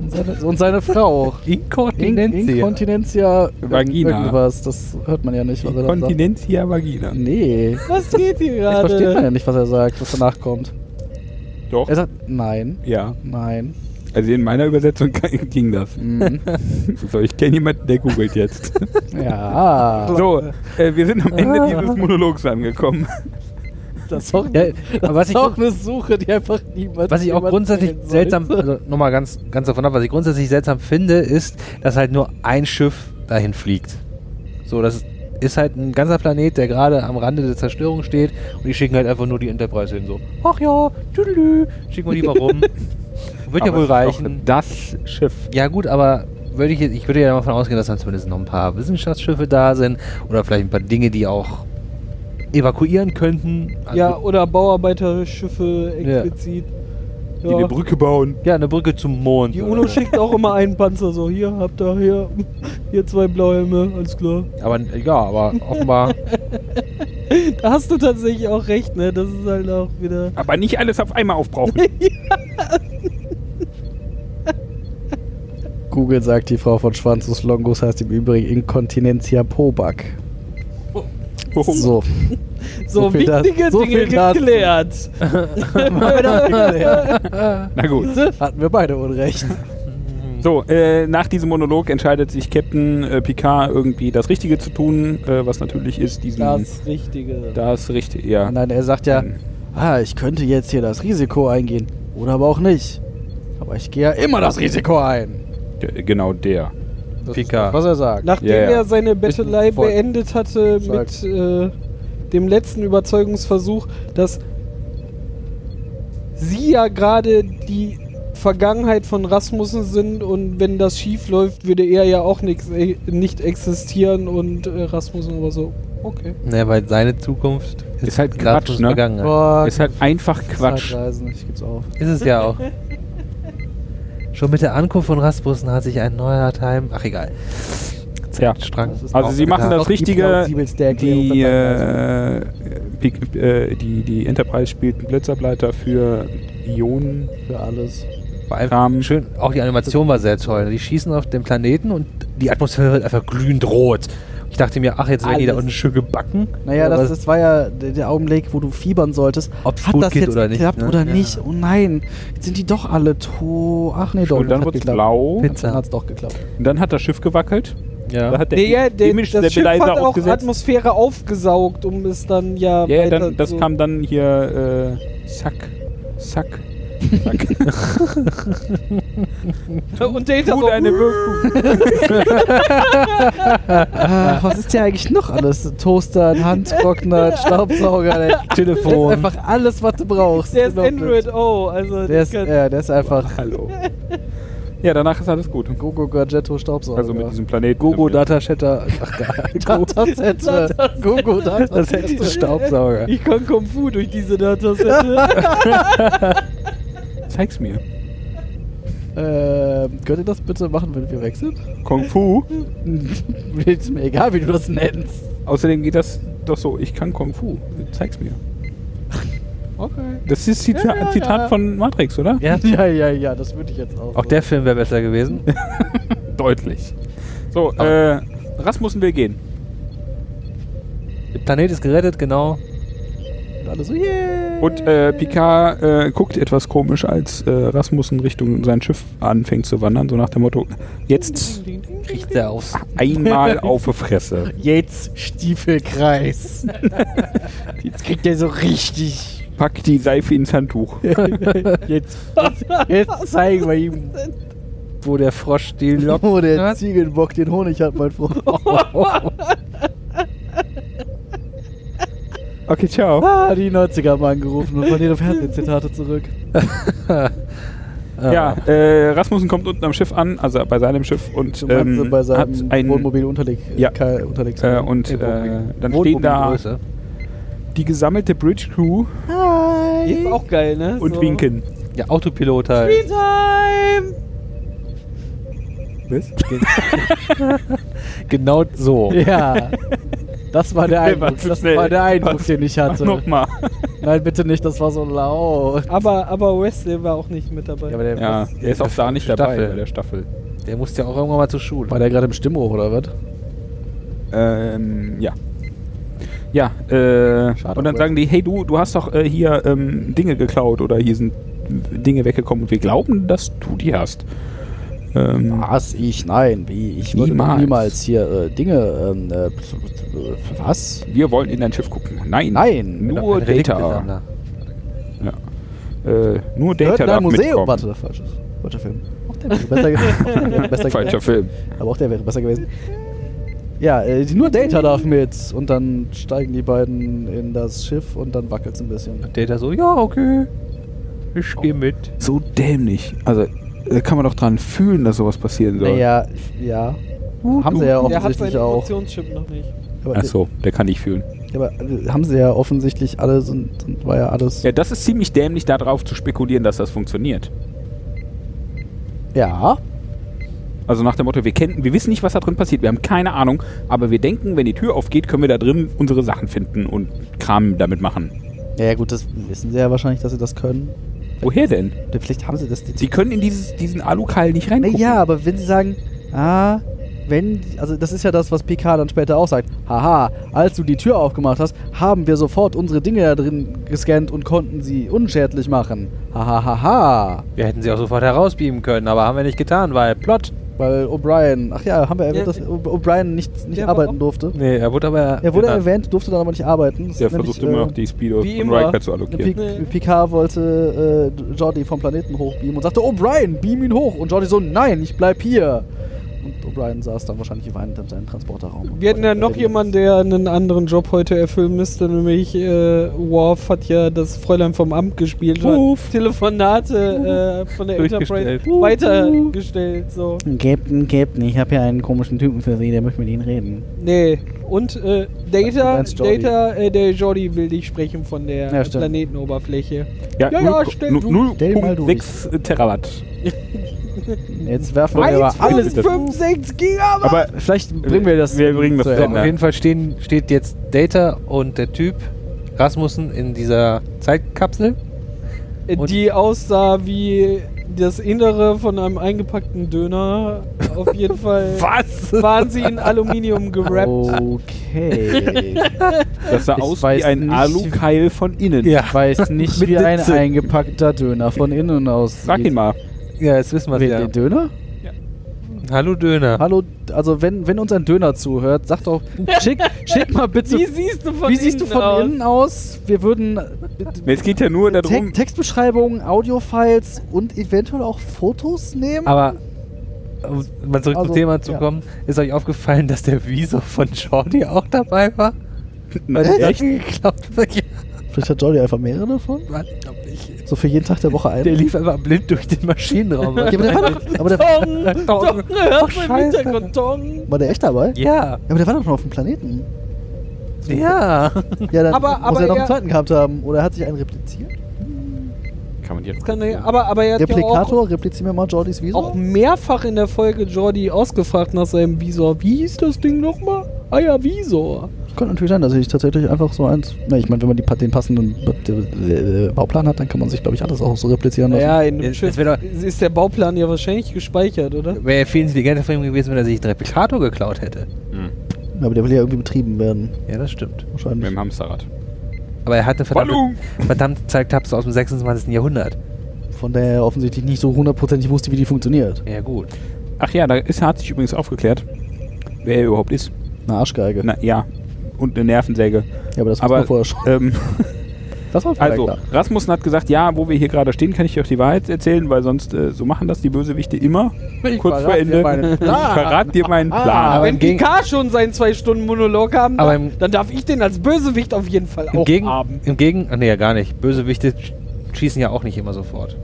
und, seine, und seine Frau auch. In, Inkontinenz. Inkontinentia Vagina. irgendwas. Das hört man ja nicht, was er da sagt. Kontinentia vagina. Nee. Was geht hier Das versteht man gerade? ja nicht, was er sagt, was danach kommt. Doch. Er sagt, nein, Ja. nein. Also in meiner Übersetzung <laughs> ging das. Mhm. So, ich kenne jemanden, der googelt jetzt. ja. So, äh, wir sind am Ah. Ende dieses Monologs angekommen. Das ist auch, Ja, aber was das ich- ist auch eine Suche, die einfach niemand. Was ich auch niemand grundsätzlich sehen sollte. seltsam, also nochmal ganz, ganz davon ab, was ich grundsätzlich seltsam finde, ist, dass halt nur ein Schiff dahin fliegt. So, das ist halt ein ganzer Planet, der gerade am Rande der Zerstörung steht und die schicken halt einfach nur die Enterprise hin, so, ach ja, tüdelü, schicken wir die mal <laughs> rum. Wird ja Aber wohl es ist doch reichen. Das Schiff. Ja gut, aber würde ich, jetzt- ich würde ja davon ausgehen, dass dann zumindest noch ein paar Wissenschaftsschiffe da sind oder vielleicht ein paar Dinge, die auch evakuieren könnten. Also- Ja, oder Bauarbeiterschiffe Ja. explizit. Die Ja. eine Brücke bauen. ja, eine Brücke zum Mond. Die oder UNO so. schickt auch immer einen Panzer so, hier, habt ihr, hier, hier zwei Blauhelme, alles klar. Aber ja, aber <laughs> offenbar. Da hast du tatsächlich auch recht, ne? Das ist halt auch wieder... Aber nicht alles auf <laughs> einmal aufbrauchen. Google sagt, die Frau von Schwanzus Longus heißt im Übrigen Inkontinentia Pobak. Oh. So. So, viel da- wichtige so Dinge viel dazu. geklärt. <laughs> Na gut. Hatten wir beide Unrecht. So, äh, nach diesem Monolog entscheidet sich Captain äh, Picard irgendwie das Richtige zu tun, äh, was natürlich ist, diesen. Das Richtige. das Richtige, ja. Nein, er sagt ja, ah, ich könnte jetzt hier das Risiko eingehen. Oder aber auch nicht. Aber ich gehe ja immer das Risiko ein. D- Genau der. Das ist Pika. das, was er sagt. Nachdem Ja, ja. er seine Bettelei Voll. beendet hatte Sagt. mit äh, dem letzten Überzeugungsversuch, dass sie ja gerade die Vergangenheit von Rasmussen sind und wenn das schief läuft, würde er ja auch nix, äh, nicht existieren und äh, Rasmussen aber so, okay. ne, weil seine Zukunft Ist halt gerade Quatsch, schon ne? vergangen. Boah, Ist halt einfach Quatsch. Zeitreisen, ich gib's auf. Ist es ja auch. Schon mit der Ankunft von Rasmussen hat sich ein neuer Time. Ach egal. Ja. Strang. Das ist Also auch sie machen doch das die Richtige. plausibelste Erklärung Die, von äh, Pic- äh, die, die Enterprise spielt einen Blitzableiter für Ionen. Für alles. Vor allem Rahmen. schön, auch die Animation war sehr toll. Die schießen auf den Planeten und die Atmosphäre wird einfach glühend rot. Ich dachte mir, ach, jetzt werden die da Alles. unten schön gebacken. Naja, Oder das, was? das war ja der, der Augenblick, wo du fiebern solltest. Ob's hat gut das geht jetzt oder nicht, geklappt ne? oder Ja. nicht? Oh nein, jetzt sind die doch alle to. Ach nee, doch. Und dann hat wird es geklappt. blau. Pizza. Dann hat's doch geklappt. Und dann hat das Schiff gewackelt. Da Ja. hat der, E- nee, ja, der, Image das Schiff Stabilizer hat auch aufgesetzt. Atmosphäre aufgesaugt, um es dann ja. Ja, ja weiter dann, das zu- <laughs> kam dann hier äh, Sack, Sack, Sack. Und Data Tut so, eine Wirkung. Ach, Äh, was ist hier eigentlich noch alles? Toaster, ein Handtrockner, ein Staubsauger, ein Telefon. Das ist einfach alles, was du brauchst. <laughs> der ist Unglaublich. Android O. Also Genau, Der ist, die kann- ja, der ist einfach Hallo. Ja, danach ist alles gut. Gogo Gadgetto Staubsauger. Also mit diesem Planeten. Gogo Data Shatter. Ach, <laughs> Datasette. <laughs> Gogo Datasette. Staubsauger. ich kann Kung Fu durch diese <laughs> Datasette. Zeig's mir. Ähm, könnt ihr das bitte machen, wenn wir wechseln? Kung Fu. ist mir egal, wie du das nennst. Außerdem geht das doch so, ich kann Kung Fu. Zeig's mir. Okay. Das ist Zita Ja, ja, Zitat ja. von Matrix, oder? Ja, ja, ja, ja, das würde ich jetzt auch. Auch der Film wäre besser gewesen. Deutlich. So, äh, Rasmussen will gehen. Der Planet ist gerettet, genau. Und alle so, yeah. Und äh, Picard äh, guckt etwas komisch, als äh, Rasmussen Richtung sein Schiff anfängt zu wandern, so nach dem Motto, jetzt Kriegt er aufs. <laughs> einmal auf die Fresse. Jetzt <laughs> Stiefelkreis. jetzt kriegt der so richtig. Pack die Seife ins Handtuch. Jetzt, jetzt zeigen wir ihm, Wo der Frosch die Lok. wo Oh, der Ziegenbock den Honig hat, mein Freund. Okay, ciao. Ah, die 90er haben angerufen und waren ihre Fernsehzitate zurück. Ja, äh, Rasmussen kommt unten am Schiff an, also bei seinem Schiff und Zum ähm, ähm, bei hat seinem ein... Wohnmobil unterleg Ja. Kai- unterwegs. Äh, und äh, dann stehen da Wohnmobilgröße. die gesammelte Bridge Crew ist auch geil, ne? und So. winken. Ja, Autopilot halt. Screentime! Was? <laughs> Genau so. <laughs> ja. Das war der Der Eindruck, war zu das schnell. war der Eindruck, Was- den ich hatte. <laughs> Nochmal. Nein, bitte nicht, das war so laut. Aber, aber Wesley war auch nicht mit dabei. aber der, Ja, muss- er ist auch da nicht dabei Staffel. bei der Staffel. der muss ja auch irgendwann mal zur Schule. War der gerade im Stimmbuch oder was? Ähm, ja. Ja, Schade, äh, und dann aber- sagen die, hey du, du hast doch äh, hier ähm, Dinge geklaut oder hier sind Dinge weggekommen und wir glauben, dass du die hast. Ähm, Was? Ich? Nein, wie? Ich würde niemals, Niemals. niemals hier äh, Dinge. Ähm, äh, pf- pf- pf- was? wir wollen in dein Schiff gucken. Nein, Nein. nur Ein Relikt Data. miteinander. Äh, nur Hört Data in einem darf Museum. mitkommen. Warte, falsches. Falscher Film. Auch der wäre besser gewesen. <laughs> Besser Falscher Film. Aber auch der wäre besser gewesen. Ja, äh, die- nur Data darf mit. Und dann steigen die beiden in das Schiff und dann wackelt es ein bisschen. Und Data so, ja, okay. Ich geh mit. So dämlich. Also, da kann man doch dran fühlen, dass sowas passieren soll. Naja, ja. Uh, haben du- sie ja der hat seinen offensichtlich auch. Emotionschip noch nicht. Aber, Ach so, der kann nicht fühlen. aber äh, haben sie ja offensichtlich alle, sind, sind, war ja alles. Ja, das ist ziemlich dämlich, darauf zu spekulieren, dass das funktioniert. ja. Also nach dem Motto, wir kennen, wir wissen nicht, was da drin passiert, wir haben keine Ahnung, aber wir denken, wenn die Tür aufgeht, können wir da drin unsere Sachen finden und Kram damit machen. Ja, ja, gut, das wissen sie ja wahrscheinlich, dass sie das können. Woher denn? Vielleicht haben sie das. Sie können in dieses, diesen Alukeil nicht reingucken. Naja, aber wenn sie sagen, ah, wenn, also das ist ja das, was PK dann später auch sagt. Haha, als du die Tür aufgemacht hast, haben wir sofort unsere Dinge da drin gescannt und konnten sie unschädlich machen. Hahaha. Wir hätten sie auch sofort herausbeamen können, aber haben wir nicht getan, weil Plot. Weil O'Brien, ach ja, haben wir erwähnt, Ja, dass O- O'Brien nicht, nicht der war arbeiten auch- durfte. Nee, er wurde aber. Er wurde genannt. erwähnt, durfte dann aber nicht arbeiten. Das Der ist nämlich, äh, versucht immer noch die Speedos wie von immer. Riker zu P allokieren. Nee. Picard wollte äh, Jordi vom Planeten hochbeamen und sagte, O'Brien, beam ihn hoch. Und Jordi so, nein, ich bleib hier. Und O'Brien saß dann wahrscheinlich weinend in seinem Transporterraum. Wir hatten ja Und- noch jemanden, der einen anderen Job heute erfüllen müsste, nämlich äh, Worf hat ja das Fräulein vom Amt gespielt. hat Worf. Telefonate äh, von der Enterprise Durchgestellt. weitergestellt. So. Captain, Captain, ich habe hier einen komischen Typen für Sie, der möchte mit Ihnen reden. Nee. Und äh, Data, Meinst Jordi. Data äh, der Jordi will dich sprechen von Ja, der äh, stimmt. Planetenoberfläche. Ja, ja, stell du. Stell mal du 0,6 äh, Terawatt. Jetzt werfen wir aber Eins, alles. fünf, fünf, sechs Gigabyte! Aber Vielleicht bringen wir das. Wir bringen das zu zu Auf Ende. Ende. jeden Fall stehen, steht jetzt Data und der Typ Rasmussen in dieser Zeitkapsel. Äh, Und- die aussah wie das Innere von einem eingepackten Döner. Auf jeden Fall <laughs> Was? waren sie in Aluminium gerappt. Oh. Okay. das sah Ich aus wie weiß ein nicht. Alukeil von innen. Ja. Ich weiß nicht, Mit wie ein Sitze. eingepackter Döner von innen aussieht. Frag ihn mal. Ja, jetzt wissen wir Wen, ja. Den Döner? Hallo Döner. Hallo, also wenn, wenn uns ein Döner zuhört, sagt doch, schick, schick mal bitte. Wie siehst du von Wie innen siehst du von aus? innen aus? Wir würden Es geht ja nur darum, Te Textbeschreibungen, Audiofiles und eventuell auch Fotos nehmen. Aber um mal zurück Also, zum Thema zu ja. kommen, ist euch aufgefallen, dass der Wieso von Jordi auch dabei <laughs> war? Na, der echt? Sachen geklaut wird? Ja, Vielleicht hat Jordi einfach mehrere davon. Mann, ich glaub nicht. So für jeden Tag der Woche einen. Der lief einfach blind durch den Maschinenraum. <laughs> ja, aber der war doch, aber der, Tong, Tong, hörst du im Scheiße. Hintergrund Tong. war der echt dabei? <laughs> Ja, ja, aber der war doch noch auf dem Planeten. ja. Ja, dann muss Aber- aber er noch einen er- zweiten gehabt haben. Oder er hat sich einen repliziert? Kann man die Das kann er, aber, aber er hat Replikator, replizieren wir mal Jordis ja Visor. auch, auch mehrfach in der Folge Jordi ausgefragt nach seinem Visor. Wie hieß das Ding nochmal? Ah ja, Visor. Könnte natürlich sein, dass ich tatsächlich einfach so eins. Na, ich meine, wenn man die, pa- den passenden äh, Bauplan hat, dann kann man sich, glaube ich, alles auch so replizieren lassen. Naja, in dem Es- Schiff es wird doch- ist der Bauplan ja wahrscheinlich gespeichert, oder? Wäre viel intelligenter von ihm gewesen, wenn er sich den Replikator geklaut hätte. Aber der will ja irgendwie betrieben werden, Ja, das stimmt. Mit wahrscheinlich. dem Hamsterrad. Aber er hatte Ballon! verdammte, verdammte Zeitkapsel aus dem 26. Jahrhundert. Von der er offensichtlich nicht so hundertprozentig wusste, wie die funktioniert. Ja, gut. Ach ja, da ist, hat sich übrigens aufgeklärt, wer er überhaupt ist. Eine Arschgeige. Na ja, und eine Nervensäge. Ja, aber das Aber war vorher schon. <laughs> ähm, Das war vorher also, klar. Rasmussen hat gesagt, ja, wo wir hier gerade stehen, kann ich euch die Wahrheit erzählen, weil sonst äh, so machen das die Bösewichte immer. Kurz vor Ende. <laughs> Ich verrate dir meinen Ah. Plan. Aber Ah, Wenn im Gegen- Picard schon seinen zwei Stunden Monolog haben, Aber dann, im- dann darf ich den als Bösewicht auf jeden Fall Im auch Gegen, haben. Im Gegen... Ach ah, nee, ja gar nicht. Bösewichte sch- schießen ja auch nicht immer sofort.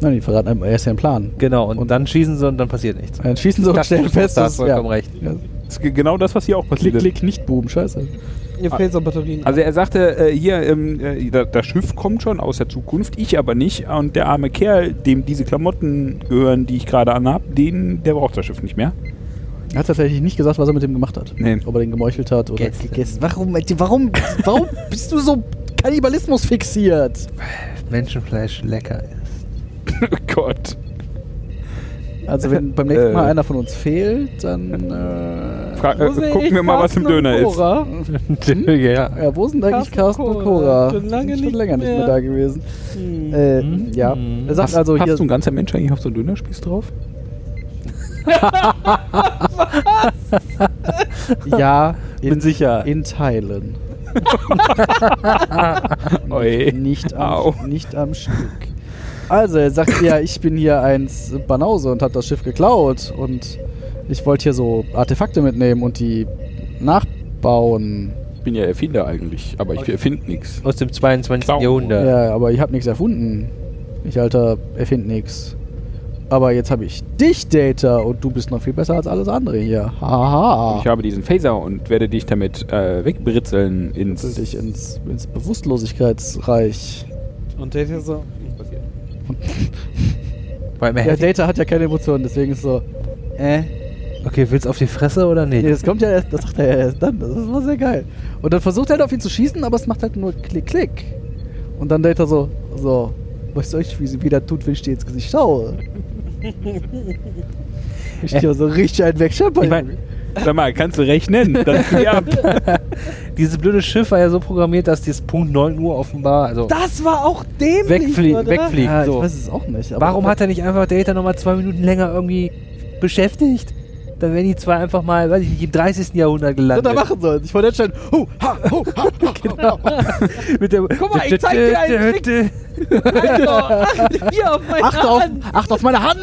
Nein, die verraten einem erst den Plan. Genau, und, Und- dann schießen sie und dann passiert nichts. Dann schießen sie und Das stellen ist fest, da dass- vollkommen recht. Ja. Das ist ge- genau das, was hier auch Klick, passiert ist. klick, nicht Boom, scheiße. Ihr Phaser-Batterien. Also er sagte, äh, hier, ähm, äh, da- das Schiff kommt schon aus der Zukunft, ich aber nicht. Und der arme Kerl, dem diese Klamotten gehören, die ich gerade anhab, den, der braucht das Schiff nicht mehr. Er hat tatsächlich nicht gesagt, was er mit dem gemacht hat. Nee. Ob er den gemeuchelt hat oder Gegessen. gegessen. Warum, <laughs> warum, warum bist du so Kannibalismus fixiert? Menschenfleisch lecker ist. oh Gott. Also wenn beim nächsten Mal Äh. einer von uns fehlt, dann äh, Fra äh, gucken wir mal, was im Döner ist. ist. ja. ja, wo sind eigentlich Carsten Carsten und und Cora? Cora. Schon lange Sind nicht länger nicht mehr. mehr da gewesen. Hm. Äh, Mhm. ja. Mhm. Er sagt also Passt hier so ein ganzer Mensch eigentlich auf so einen Dönerspieß drauf? <laughs> ja, in, sicher. in Teilen, Oi. nicht Au. am, nicht am Stück. Also er sagt ja, ich bin hier ein Banause und habe das Schiff geklaut und ich wollte hier so Artefakte mitnehmen und die nachbauen. Ich bin ja Erfinder eigentlich, aber ich erfinde nichts. Aus dem 22. Klau. Jahrhundert. Ja, aber ich habe nichts erfunden. Ich alter, erfind nichts. Aber jetzt habe ich dich, Data, und du bist noch viel besser als alles andere hier. Haha. Ich habe diesen Phaser und werde dich damit äh, wegbritzeln Setze ins... dich ins, ins Bewusstlosigkeitsreich. Und der ist so. Weil man Ja, hätte- Data hat ja keine Emotionen, deswegen ist so. Äh? okay, willst du auf die Fresse oder nicht? Nee, das kommt ja erst, das sagt er ja erst dann. Das war sehr geil. Und dann versucht er halt auf ihn zu schießen, aber es macht halt nur Klick, Klick. Und dann Data so, so, weißt du echt, wie sie wieder tut, wenn ich dir ins Gesicht schaue? ich dir so richtig einen wegscheppern. Ich mein, Sag mal, kannst du rechnen? Dann <laughs> zieh ab. dieses blöde Schiff war ja so programmiert, dass dieses Punkt 9 Uhr offenbar also Das war auch dämlich. wegflie oder? <laughs> wegfliegt. Ja, so. ich weiß es auch nicht. aber- Warum hat er nicht einfach Data nochmal zwei Minuten länger irgendwie beschäftigt? Dann wären die zwei einfach mal, weiß ich nicht, im 30. Jahrhundert Was gelandet. hätte er machen sollen? Ich wollte jetzt schon. Hu, ha, hu, ha, ha, genau. Mit der Guck mal, ich zeig dir einen Trick. Alter, acht <laughs> hier auf meine Acht auf, Hand. acht auf meine Hand!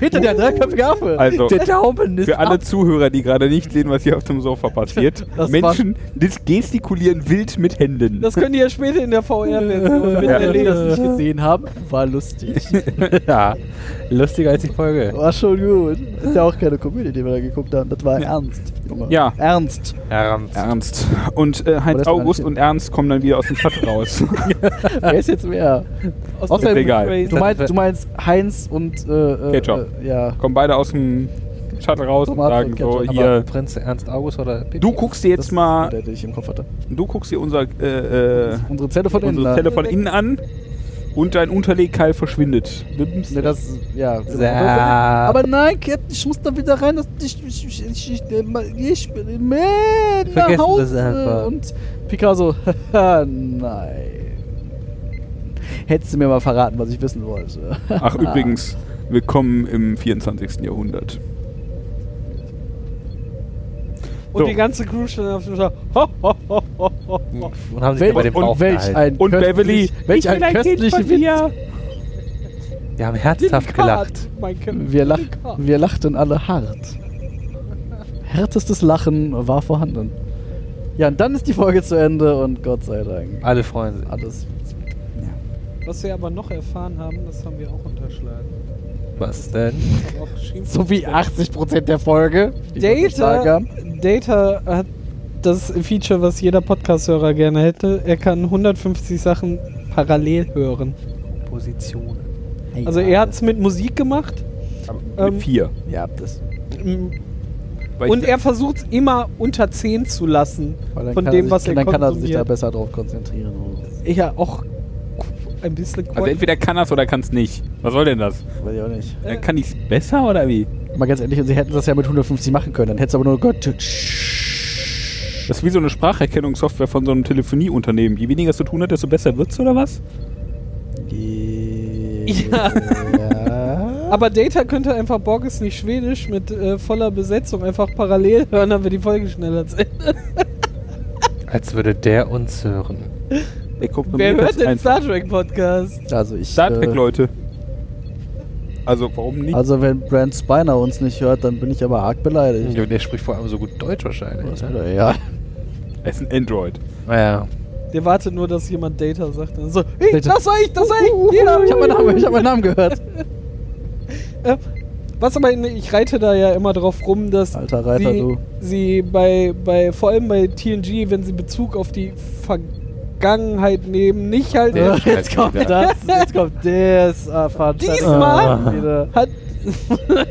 Hinter der dreiköpfige Affe. Also, Der Daumen ist Für alle Zuhörer, die gerade nicht sehen, was hier auf dem Sofa passiert. <laughs> Das Menschen dis- gestikulieren wild mit Händen. Das könnt ihr ja später in der VR-Version Wenn wir das miterleben. nicht gesehen haben, war lustig. ab. ja, lustiger als die Folge. War schon gut. Ist ja auch keine Komödie, die wir da geguckt haben. Das war ernst, Junge. Ja. <laughs> Ernst. Ernst. Ernst. Und äh, das Heinz war August nicht- und Ernst kommen dann wieder aus dem <laughs> Schatten raus. Wer ist jetzt wer? Aus Außerdem- dem Egal. Crazy. Du meinst, du meinst Heinz und. Äh, äh, Ketchup. Äh, ja. kommen beide aus dem Schatten raus und Tomate sagen und so, Ketchup, Aber hier. Prinz Ernst August oder Peter? Du guckst dir jetzt ist mal, der, den ich im Kopf hatte. du guckst dir unser, äh, äh, Unsere Zelle von innen. unsere da. Zelle von innen an und dein Unterlegkeil verschwindet. Wimps. Ne, das, ja. Ja. Aber nein, Captain, ich muss da wieder rein. Das, ich, ich, ich, ich, ich, äh, ich bin mehr nach Vergessen Hause. das einfach. Und Picasso, <laughs> haha, nein. Hättest du mir mal verraten, was ich wissen wollte. Ach, übrigens, Willkommen im 24. Jahrhundert. Und So. die ganze Crew stand auf dem Schlag. <laughs> Ho, ho, ho, ho, ho, ho. Und haben sich Wel- bei dem Bauch und welch gehalten. ein Und köstlich- Beverly, welch ich ein will ein Kind köstlichen von dir. Wir haben herzhaft gelacht. Mein Kind. Wir, lach, wir lachten alle hart. Härtestes Lachen war vorhanden. Ja, und dann ist die Folge zu Ende und Gott sei Dank. Alle freuen sich. Alles. Was wir aber noch erfahren haben, das haben wir auch unterschlagen. Was denn? Ich hab auch geschrieben, So wie 80% der Folge. die wir geschlagen Data, haben. Data hat das Feature, was jeder Podcast-Hörer gerne hätte. Er kann 150 Sachen parallel hören. Positionen. Also er hat es mit Musik gemacht Ähm, mit vier. Ja, das. m, Weil und ich- er versucht es immer unter 10 zu lassen weil dann von kann er dem, sich, was er Dann kann er sich da konsumiert. besser drauf konzentrieren. Ja, auch ein bisschen also entweder kann das oder kann es nicht. Was soll denn das? Weiß ich auch nicht. Dann kann ich es besser oder wie? Mal ganz ehrlich, sie hätten das ja mit 150 machen können. Dann hättest du aber nur gehört. tsch- Das ist wie so eine Spracherkennungssoftware von so einem Telefonieunternehmen. Je weniger es zu tun hat, desto besser wird's oder was? Ja. ja. Aber Data könnte einfach Borg ist nicht schwedisch mit äh, voller Besetzung einfach parallel hören, dann wird die Folge schneller zu Ende. Als würde der uns hören. Der kommt Wer hört den Star Trek Podcast? Also ich. Star Trek, äh, Leute. Also warum nicht? Also wenn Brand Spiner uns nicht hört, dann bin ich aber arg beleidigt. Ja, Der spricht vor allem so gut Deutsch wahrscheinlich. Was Ne? wieder, ja. es ist ein Android. Naja. Der wartet nur, dass jemand Data sagt. Dann so, hey, Data. das war ich, das war ich. Jeder. Ich habe meinen Namen, ich hab meinen Namen gehört. Äh, Was aber, in- ich reite da ja immer drauf rum, dass Alter Reiter, sie, du. sie bei, bei, vor allem bei TNG, wenn sie Bezug auf die Vergangenheit nehmen, nicht halt Der immer- schreibt wieder. Das, jetzt kommt das ah, Fun- Ah. Diesmal? wieder. <laughs> hat,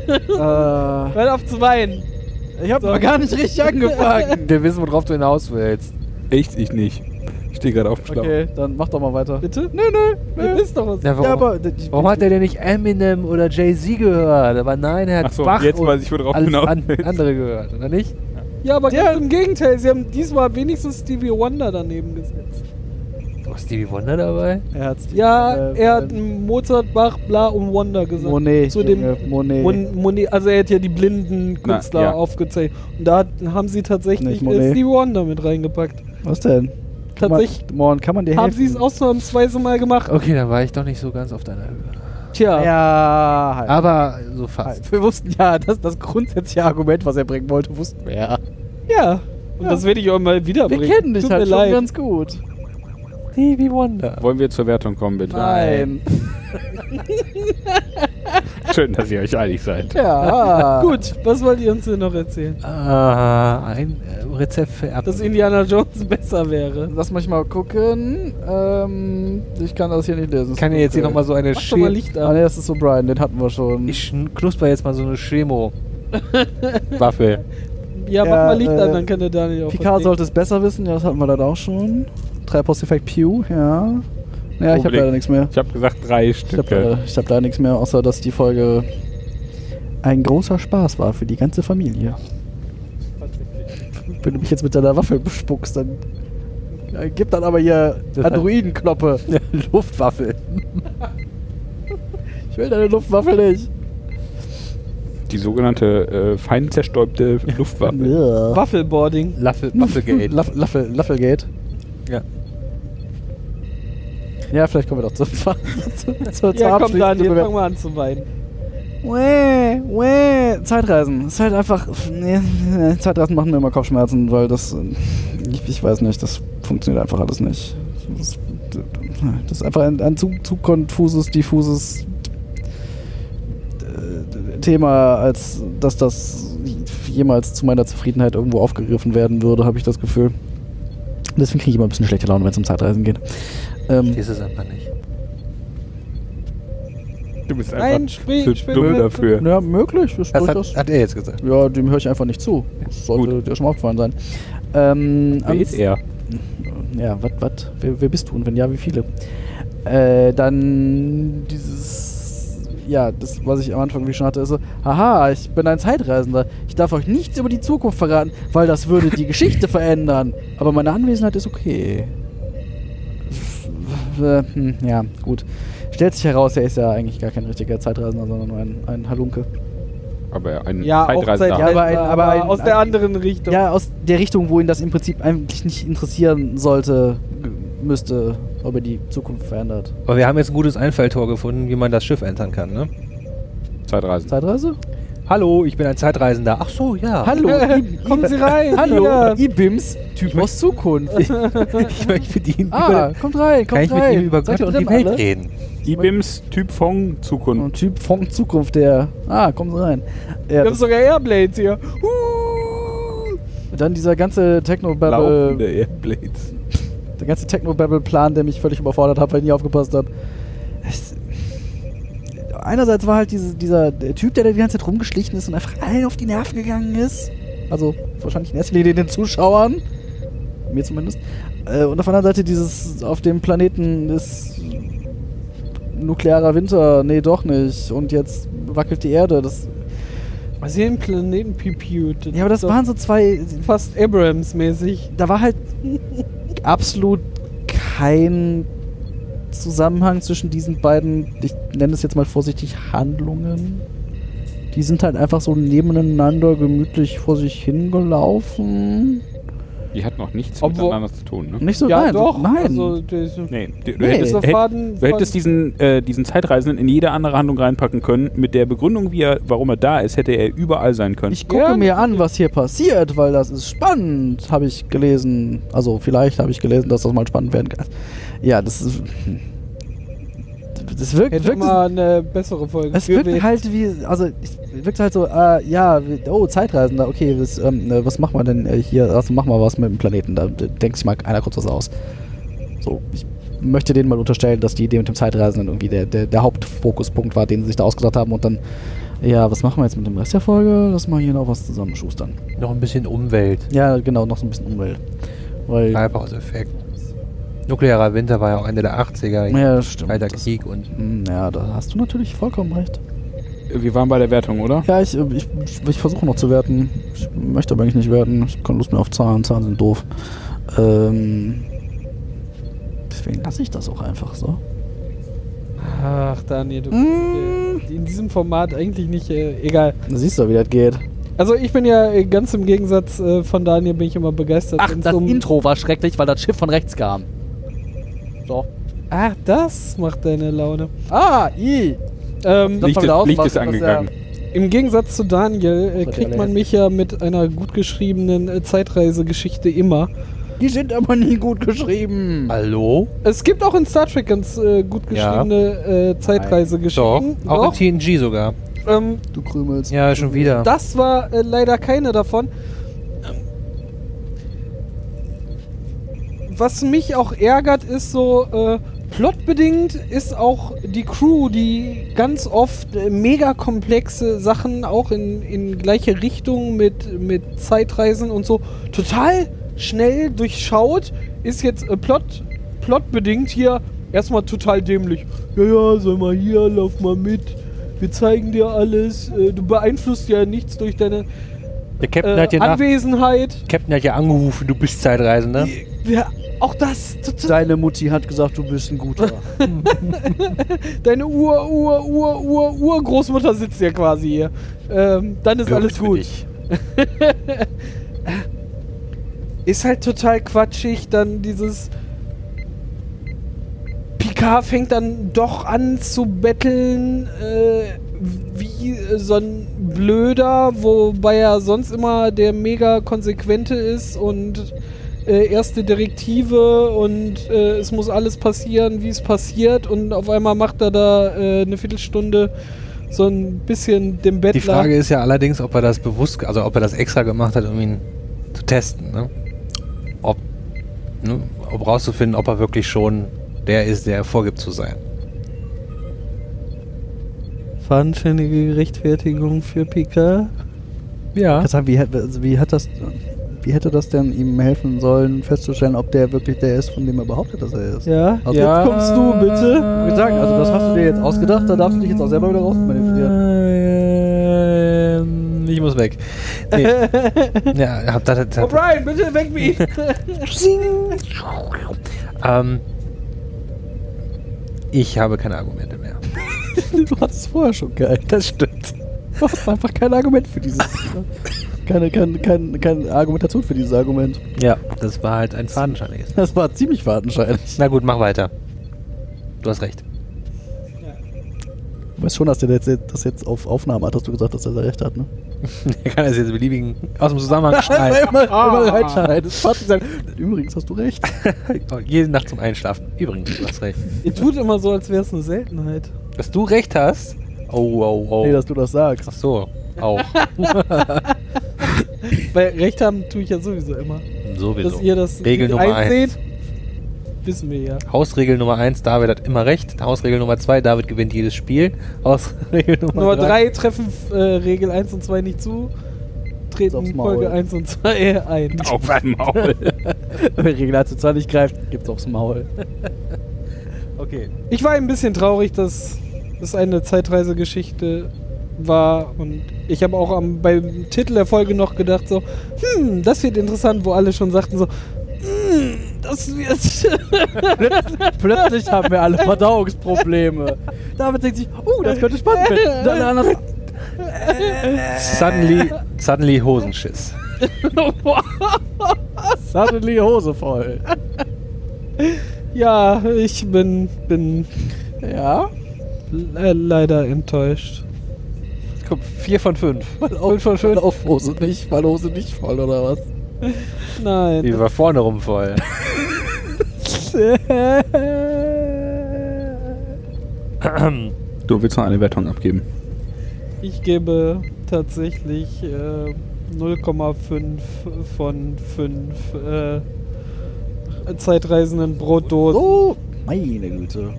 Äh, hört auf zu weinen. ich habe So. aber gar nicht richtig <laughs> angefangen. Wir wissen, worauf du hinaus willst. Echt? Ich nicht. Ich stehe gerade auf dem Schlauch. Okay, dann mach doch mal weiter. Bitte? Nö, nö. Ihr wisst doch was. Ja, warum, warum hat er denn nicht Eminem oder Jay-Z gehört? Aber nein, er hat Ach so, Bach jetzt und weiß ich, worauf alles genau. an, andere gehört, oder nicht? Ja, aber ganz im Gegenteil, sie haben diesmal wenigstens Stevie Wonder daneben gesetzt. Oh, ist Stevie Wonder dabei? Er hat's- Ja, äh, er hat äh, Mozart, Bach, bla und Wonder gesagt. Monet, Zu dem Junge, Monet. Mon Monet, also er hat ja die blinden Na, Künstler ja. aufgezählt. Und da hat- haben sie tatsächlich Nicht äh, Monet. Stevie Wonder mit reingepackt. Was denn? Kann man- Tatsächlich Morgen kann man dir haben helfen. sie es ausnahmsweise mal gemacht. Okay, dann war ich doch nicht so ganz auf deiner Höhe. Tja, Ja, halt. Aber so fast. halt. Wir wussten ja, das, das grundsätzliche Argument, was er bringen wollte, wussten Halt. wir ja. ja. Und Ja. das werde ich euch mal Wir wiederbringen. kennen dich Tut halt mir schon leid. ganz gut. Stevie Wonder. Wollen wir zur Wertung kommen, bitte? Nein. Schön, dass ihr euch einig <laughs> seid. <laughs> Ja. Gut, was wollt ihr uns denn noch erzählen? Ah, ein äh, Rezept für Erb Dass Indiana Jones <laughs> besser wäre. Lass mich mal gucken. Ähm, ich kann das hier nicht lesen. Ich kann ja jetzt hier nochmal so eine Mach doch mal Schere. Licht Ah, an. nee, das ist so Brian, den hatten wir schon. Ich schn- knusper jetzt mal so eine Chemo. Waffe. Ja, mach Ja, mal Licht äh, an, dann kann der Daniel auch Picard was sollte es besser wissen, ja, das hatten wir leider auch schon. Treibhauseffekt Pew, ja. Naja, ich habe Problem. leider nichts mehr. Ich habe gesagt drei Ich habe leider, Stücke. ich hab leider nichts mehr, außer dass die Folge ein großer Spaß war für die ganze Familie. Wenn du mich jetzt mit deiner Waffe bespuckst, dann äh, gib dann aber hier Das hat- <laughs> Androidenknoppe. Luftwaffe. <laughs> Ich will deine Luftwaffe nicht. äh, Die sogenannte äh, fein zerstäubte Luftwaffe. trinken. Waff Waffleboarding. Laffel, <laughs> Waffelgate. Laff- Laffel, Laffelgate. Ja. Ja, vielleicht kommen wir doch <laughs> zur, zur, zur, zur Ja, komm abschließenden Daniel, Bewertung. fang mal an zu weinen. Wäh, wäh. Zeitreisen. Ist halt einfach. Nee, nee, Zeitreisen machen mir immer Kopfschmerzen, weil das. äh, Ich, ich weiß nicht, das funktioniert einfach alles nicht. Das, das ist einfach ein, ein zu, zu konfuses, diffuses äh, Thema, als dass das jemals zu meiner Zufriedenheit irgendwo aufgegriffen werden würde, habe ich das Gefühl. Deswegen kriege ich immer ein bisschen schlechte Laune, wenn es um Zeitreisen geht. Ähm, Ist es einfach nicht. Du bist Nein, einfach spiel- zu spiel- dumm spiel- dafür. ja, möglich. Ist Das durchaus- hat, hat er jetzt gesagt. Ja, dem höre ich einfach nicht zu. Das sollte dir schon mal aufgefallen sein. Ähm, Wer ist ans- er? Ja, wat, wat? Wer, wer bist du und wenn ja, wie viele? Äh, dann dieses. Ja, das, was ich am Anfang wie schon hatte, ist so: Haha, ich bin ein Zeitreisender. Ich darf euch nichts über die Zukunft verraten, weil das <laughs> würde die Geschichte verändern. Aber meine Anwesenheit ist okay. äh, hm, ja, gut. Stellt sich heraus, er ist ja eigentlich gar kein richtiger Zeitreisender, sondern nur ein, ein Halunke. Aber Hm, ein Ja, auch Zeitreisender. Zeit, Ja, aber ein- aber ein- aus der anderen Richtung. Ja, aus der Richtung, wo ihn das im Prinzip eigentlich nicht interessieren sollte, g- müsste, ob er die Zukunft verändert. Aber wir haben jetzt ein gutes Einfalltor gefunden, wie man das Schiff entern kann, ne? Zeitreisen. Zeitreise? Hallo, ich bin ein Zeitreisender. Ach so, ja. Hallo, Äh, I- kommen Sie rein. Hallo, Ja. Ibims, Typ aus Zukunft. <laughs> Ich möchte mit Ihnen Ah, über, kommt rein, kommt kann ich rein. mit Ihnen über Seid Gott ihr und die drin Welt alle? reden. Ibims, Typ Fong, Ein Zukunft. Typ von Zukunft, der. Ah, kommen Sie rein. Ja, Wir haben das, sogar Airblades hier. dann dieser ganze Techno-Babble, äh, Laufende Airblades. der ganze Techno-Babble-Plan, der mich völlig überfordert hat, weil ich nie aufgepasst habe. Einerseits war halt diese, dieser der Typ, der da die ganze Zeit rumgeschlichen ist und einfach allen auf die Nerven gegangen ist. Also wahrscheinlich in erster Linie den Zuschauern. Mir zumindest. Äh, und auf der anderen Seite dieses auf dem Planeten ist nuklearer Winter. Nee, doch nicht. Und jetzt wackelt die Erde. Das Was hier im Planeten pipiut. Ja, aber das So waren so zwei. fast Abrams-mäßig. Da war halt absolut kein Zusammenhang zwischen diesen beiden, ich nenne es jetzt mal vorsichtig, Handlungen. Die sind halt einfach so nebeneinander gemütlich vor sich hingelaufen. Die hat noch nichts Obwohl- miteinander zu tun, ne? Nicht so ja, nein, doch. Nein. Also, das, Nee, du, du Nee. hättest, Dieser hätt- Faden du hättest von- diesen, äh, diesen Zeitreisenden in jede andere Handlung reinpacken können. Mit der Begründung, wie er, warum er da ist, hätte er überall sein können. ich gucke Ja. mir an, was hier passiert, weil das ist spannend, habe ich gelesen. Also vielleicht habe ich gelesen, dass das mal spannend werden kann. Ja, das ist. hm. Das wirkt, hätte wirkt mal eine bessere Folge. Es wirkt halt wie, also es wirkt halt so, äh, ja, wie- oh, Zeitreisender, okay, was, ähm, äh, was machen wir denn äh, hier? Also mach mal was mit dem Planeten, da d- denkt sich mal einer kurz was aus. So, ich möchte denen mal unterstellen, dass die Idee mit dem Zeitreisenden irgendwie der, der, der Hauptfokuspunkt war, den sie sich da ausgedacht haben und dann, ja, was machen wir jetzt mit dem Rest der Folge? Lass mal hier noch was zusammenschustern. Noch ein bisschen Umwelt. Ja, genau, noch so ein bisschen Umwelt. Weil, ja, Treibhauseffekt. Nuklearer Winter war ja auch Ende der 80er. ja stimmt. Kalter das- Krieg und Mm, Ja, da hast du natürlich vollkommen recht. Wir waren bei der Wertung, oder? Ja, ich, äh, ich, ich versuche noch zu werten. Ich möchte aber eigentlich nicht werten. Ich habe keine Lust mehr auf Zahlen. Zahlen sind doof. Ähm, deswegen lasse ich das auch einfach so. Ach, Daniel, du Mm. bist äh, in diesem Format eigentlich nicht. Äh, egal. Da siehst du, wie das geht. Also, ich bin ja äh, ganz im Gegensatz äh, von Daniel, bin ich immer begeistert. wenn's um- war schrecklich, weil das Schiff von rechts kam. So. Ach, das macht deine Laune. Ah, i. Ähm, Das Licht war ist, wieder aus, Licht was- ist was er- angegangen. Im Gegensatz zu Daniel äh, Seid ihr kriegt alle man hässlich? mich ja mit einer gut geschriebenen äh, Zeitreisegeschichte immer. Die sind aber nie gut geschrieben. Hallo? Es gibt auch in Star Trek ganz äh, gut Ja. geschriebene äh, Doch. Zeitreisegeschichten. Auch in TNG sogar. Mhm. Ähm, Du krümelst. Ja, schon wieder. das war äh, leider keine davon. Was mich auch ärgert, ist so, äh, plotbedingt ist auch die Crew, die ganz oft äh, mega komplexe Sachen auch in, in gleiche Richtung mit, mit Zeitreisen und so total schnell durchschaut, ist jetzt äh, plot, plotbedingt hier erstmal total dämlich. Ja, ja, sei mal hier, lauf mal mit. Wir zeigen dir alles. Äh, du beeinflusst ja nichts durch deine Der Captain, äh, hat ja nach, Anwesenheit. Captain hat ja angerufen, du bist Zeitreisender. Ja, auch das. total- Deine Mutti hat gesagt, du bist ein <laughs> guter. Deine Ur, Ur, Ur, Ur, Urgroßmutter sitzt ja quasi hier. Ähm, dann ist alles <laughs> gut. Ist halt total quatschig, dann dieses. Picard fängt dann doch an zu betteln, äh, wie äh, so ein Blöder, wobei er sonst immer der mega konsequente ist und äh, erste Direktive und äh, es muss alles passieren, wie es passiert und auf einmal macht er da äh, eine Viertelstunde so ein bisschen dem Die Bettler. Frage ist ja allerdings, ob er das bewusst, also ob er das extra gemacht hat, um ihn zu testen. Ne? Ob, ne? ob rauszufinden, ob er wirklich schon der ist, der er vorgibt zu sein. Fadenscheinige Rechtfertigung für Picard. Ja. Das heißt, wie, hat- also wie, hat das, wie hätte das denn ihm helfen sollen, festzustellen, ob der wirklich der ist, von dem er behauptet, dass er ist? Ja. Also Ja. jetzt kommst du, bitte. Ich sagen, also das hast du dir jetzt ausgedacht, da darfst du dich jetzt auch selber wieder rausmanövrieren. Ähm, ich muss weg. Nee. <laughs> ja, hab da, da, da, O'Brien, <laughs> bitte weck mich! Ähm, Ich habe keine Argumente mehr. <laughs> Du hast es vorher schon geil. Das stimmt. <laughs> Du hast einfach kein Argument für dieses. ne? Keine, kein, kein, keine Argumentation für dieses Argument. Ja, das war halt ein fadenscheiniges. Das war ziemlich fadenscheinig. Na gut, mach weiter. Du hast recht. <laughs> Du weißt schon, dass der jetzt, das jetzt auf Aufnahme hat, dass du gesagt hast, dass er recht hat, ne? Er kann das jetzt beliebigen aus dem <laughs> Zusammenhang Weil schneiden. immer, immer reinschneiden. Fast gesagt, übrigens hast du recht. Jede Nacht zum Einschlafen. Übrigens, du hast recht. Ihr tut immer so, als wäre es eine Seltenheit. Dass du recht hast. Oh, oh, oh. Nee, dass du das sagst. Ach so, auch. Weil Recht haben tue ich ja sowieso immer. Dass Sowieso. ihr das Regel Nummer eins. einseht, wissen wir ja. Hausregel Nummer eins: David hat immer recht. Hausregel Nummer zwei: David gewinnt jedes Spiel. Hausregel Nummer Nummer drei. 3 treffen äh, Regel 1 und 2 nicht zu, treten Aufs Maul. Folge 1 und 2 <laughs> ein. <laughs> Auf einmal. <laughs> Wenn Regel 1 zu 2 nicht greift, gibt's aufs Maul. Okay. Ich war ein bisschen traurig, dass es eine Zeitreisegeschichte war und ich habe auch am, beim Titel der Folge noch gedacht so, hm, das wird interessant, wo alle schon sagten so, hm, das wird... <laughs> Plötzlich haben wir alle Verdauungsprobleme. David denkt sich, oh, das könnte spannend werden. Dann der andere, Suddenly, suddenly Hosenschiss. suddenly Hose voll. ja, ich bin, bin Ja? le leider enttäuscht. Komm, vier von fünf. Weil auf, schon schön auf Hose nicht, weil Hose nicht voll, oder was? Nein. Die war vorne rum voll. <clears throat> Du willst noch eine Wertung abgeben. Ich gebe tatsächlich äh, 0,5 von 5 äh, Zeitreisenden Brotdosen. Oh, meine Güte.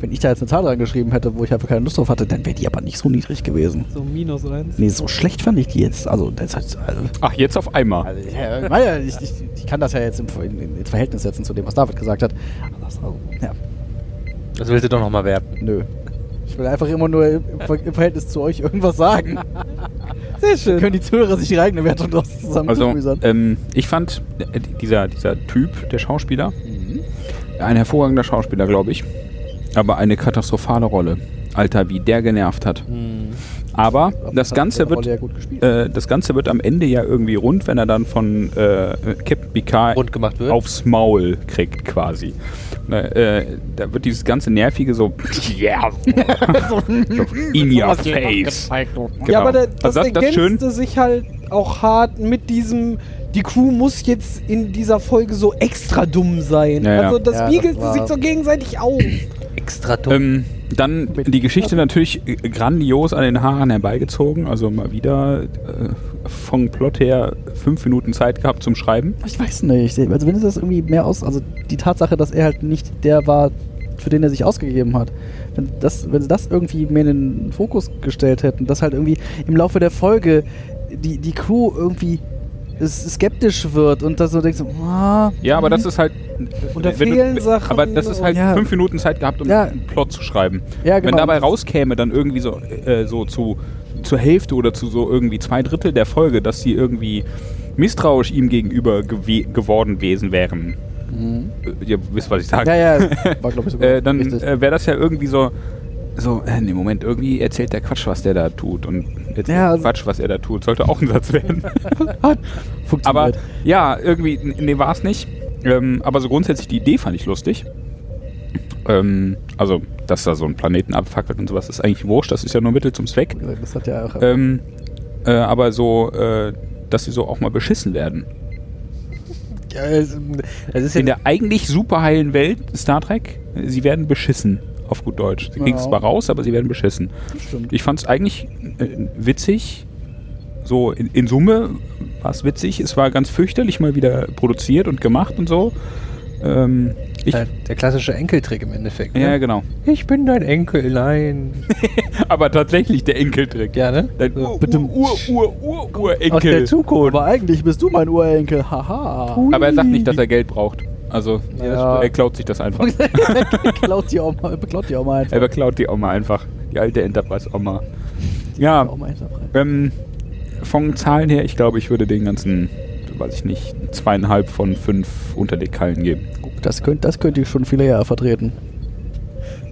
Wenn ich da jetzt eine Zahl reingeschrieben hätte, wo ich einfach keine Lust drauf hatte, dann wäre die aber nicht so niedrig gewesen. So minus 1. Nee, so schlecht fand ich die jetzt. Also, das hat, also, Ach, jetzt auf einmal. also ja, war ja- ich, ich, ich kann das ja jetzt im, in, in, ins Verhältnis setzen zu dem, was David gesagt hat. Aber das- Also, ja, Das willst du doch nochmal werten. nö. Ich will einfach immer nur im, Ver- im Verhältnis zu euch irgendwas sagen. Sehr Dann schön. können die Zuhörer sich ihre eigene Wertung draus zusammen Also, zuführen. ähm, ich fand äh, dieser, dieser Typ, der Schauspieler, Mhm. ein hervorragender Schauspieler, glaube ich. Aber eine katastrophale Rolle. Alter, wie der genervt hat. Aber Mhm. das hat Ganze seine wird Rolle ja gut gespielt. äh, das Ganze wird am Ende ja irgendwie rund, wenn er dann von äh, Captain Picard Rund gemacht wird. aufs Maul kriegt quasi. Ne, äh, da wird dieses ganze Nervige so, <laughs> <laughs> yeah, so in your face. Genau. Ja, aber da, das, also das, das ergänzte ist schön. sich halt auch hart mit diesem. Die Crew muss jetzt in dieser Folge so extra dumm sein. Ja, ja. Also das Ja, das spiegelte war- sich so gegenseitig auf. Extra dumm. Ähm, dann die Geschichte natürlich äh, grandios an den Haaren herbeigezogen. Also mal wieder äh, vom Plot her fünf Minuten Zeit gehabt zum Schreiben. Ich weiß nicht. Also wenn es das irgendwie mehr aus, also die Tatsache, dass er halt nicht der war, für den er sich ausgegeben hat. Wenn, das, wenn sie das irgendwie mehr in den Fokus gestellt hätten, dass halt irgendwie im Laufe der Folge die, die Crew irgendwie s- skeptisch wird und dass du denkst, ah, Ja, aber das ist halt. Und da wenn du- fehlen Sachen Aber das ist halt und- Ja. fünf Minuten Zeit gehabt, um Ja. einen Plot zu schreiben. Ja, genau. Wenn dabei rauskäme, dann irgendwie so, äh, so zu, zur Hälfte oder zu so irgendwie zwei Drittel der Folge, dass sie irgendwie misstrauisch ihm gegenüber gewe geworden gewesen wären. Äh, Ihr wisst, was ich sage. mhm. ja, <laughs> ja, war glaube ich sogar äh, dann richtig. äh, wäre das ja irgendwie so. So, äh, nee, Moment, irgendwie erzählt der Quatsch, was der da tut. Und erzählt Ja, also- Quatsch, was er da tut. Sollte auch ein Satz werden. aber Funktioniert. ja, irgendwie, n- nee, war es nicht. Ähm, aber so grundsätzlich die Idee fand ich lustig. Ähm, also, dass da so ein Planeten abfackelt und sowas, ist eigentlich wurscht. Das ist ja nur Mittel zum Zweck. das hat ja auch Ähm, äh, aber so, äh, dass sie so auch mal beschissen werden. Ja, es, es ist ja In der eigentlich super heilen Welt Star Trek, äh, sie werden beschissen, auf gut Deutsch. Sie kriegen Ja. zwar raus, aber sie werden beschissen. bestimmt. Ich fand es eigentlich äh, witzig. So in, in Summe war es witzig. Es war ganz fürchterlich mal wieder produziert und gemacht und so. Ähm, ich, der, Äh, der klassische Enkeltrick im Endeffekt. ja, Ne? genau. <laughs> Ich bin dein Enkel, <laughs> nein. Aber tatsächlich der Enkeltrick. Ja, ne? Dein So. Ur, Ur, Ur, Ur, Ur, Enkel. Zukunft. Aber eigentlich bist du mein Urenkel, haha. Aber er sagt nicht, dass er Geld braucht. Also Ja. er klaut sich <laughs> das einfach. Klaut die auch mal, beklaut die auch mal einfach. er klaut die Oma einfach. Die alte Enterprise-Oma. Ja. Auch mal einfach rein. Ähm, von Zahlen her, ich glaube, ich würde den ganzen, weiß ich nicht, zweieinhalb von fünf Unterlegkallen geben. Das könnte das könnt ich schon viele Jahre vertreten.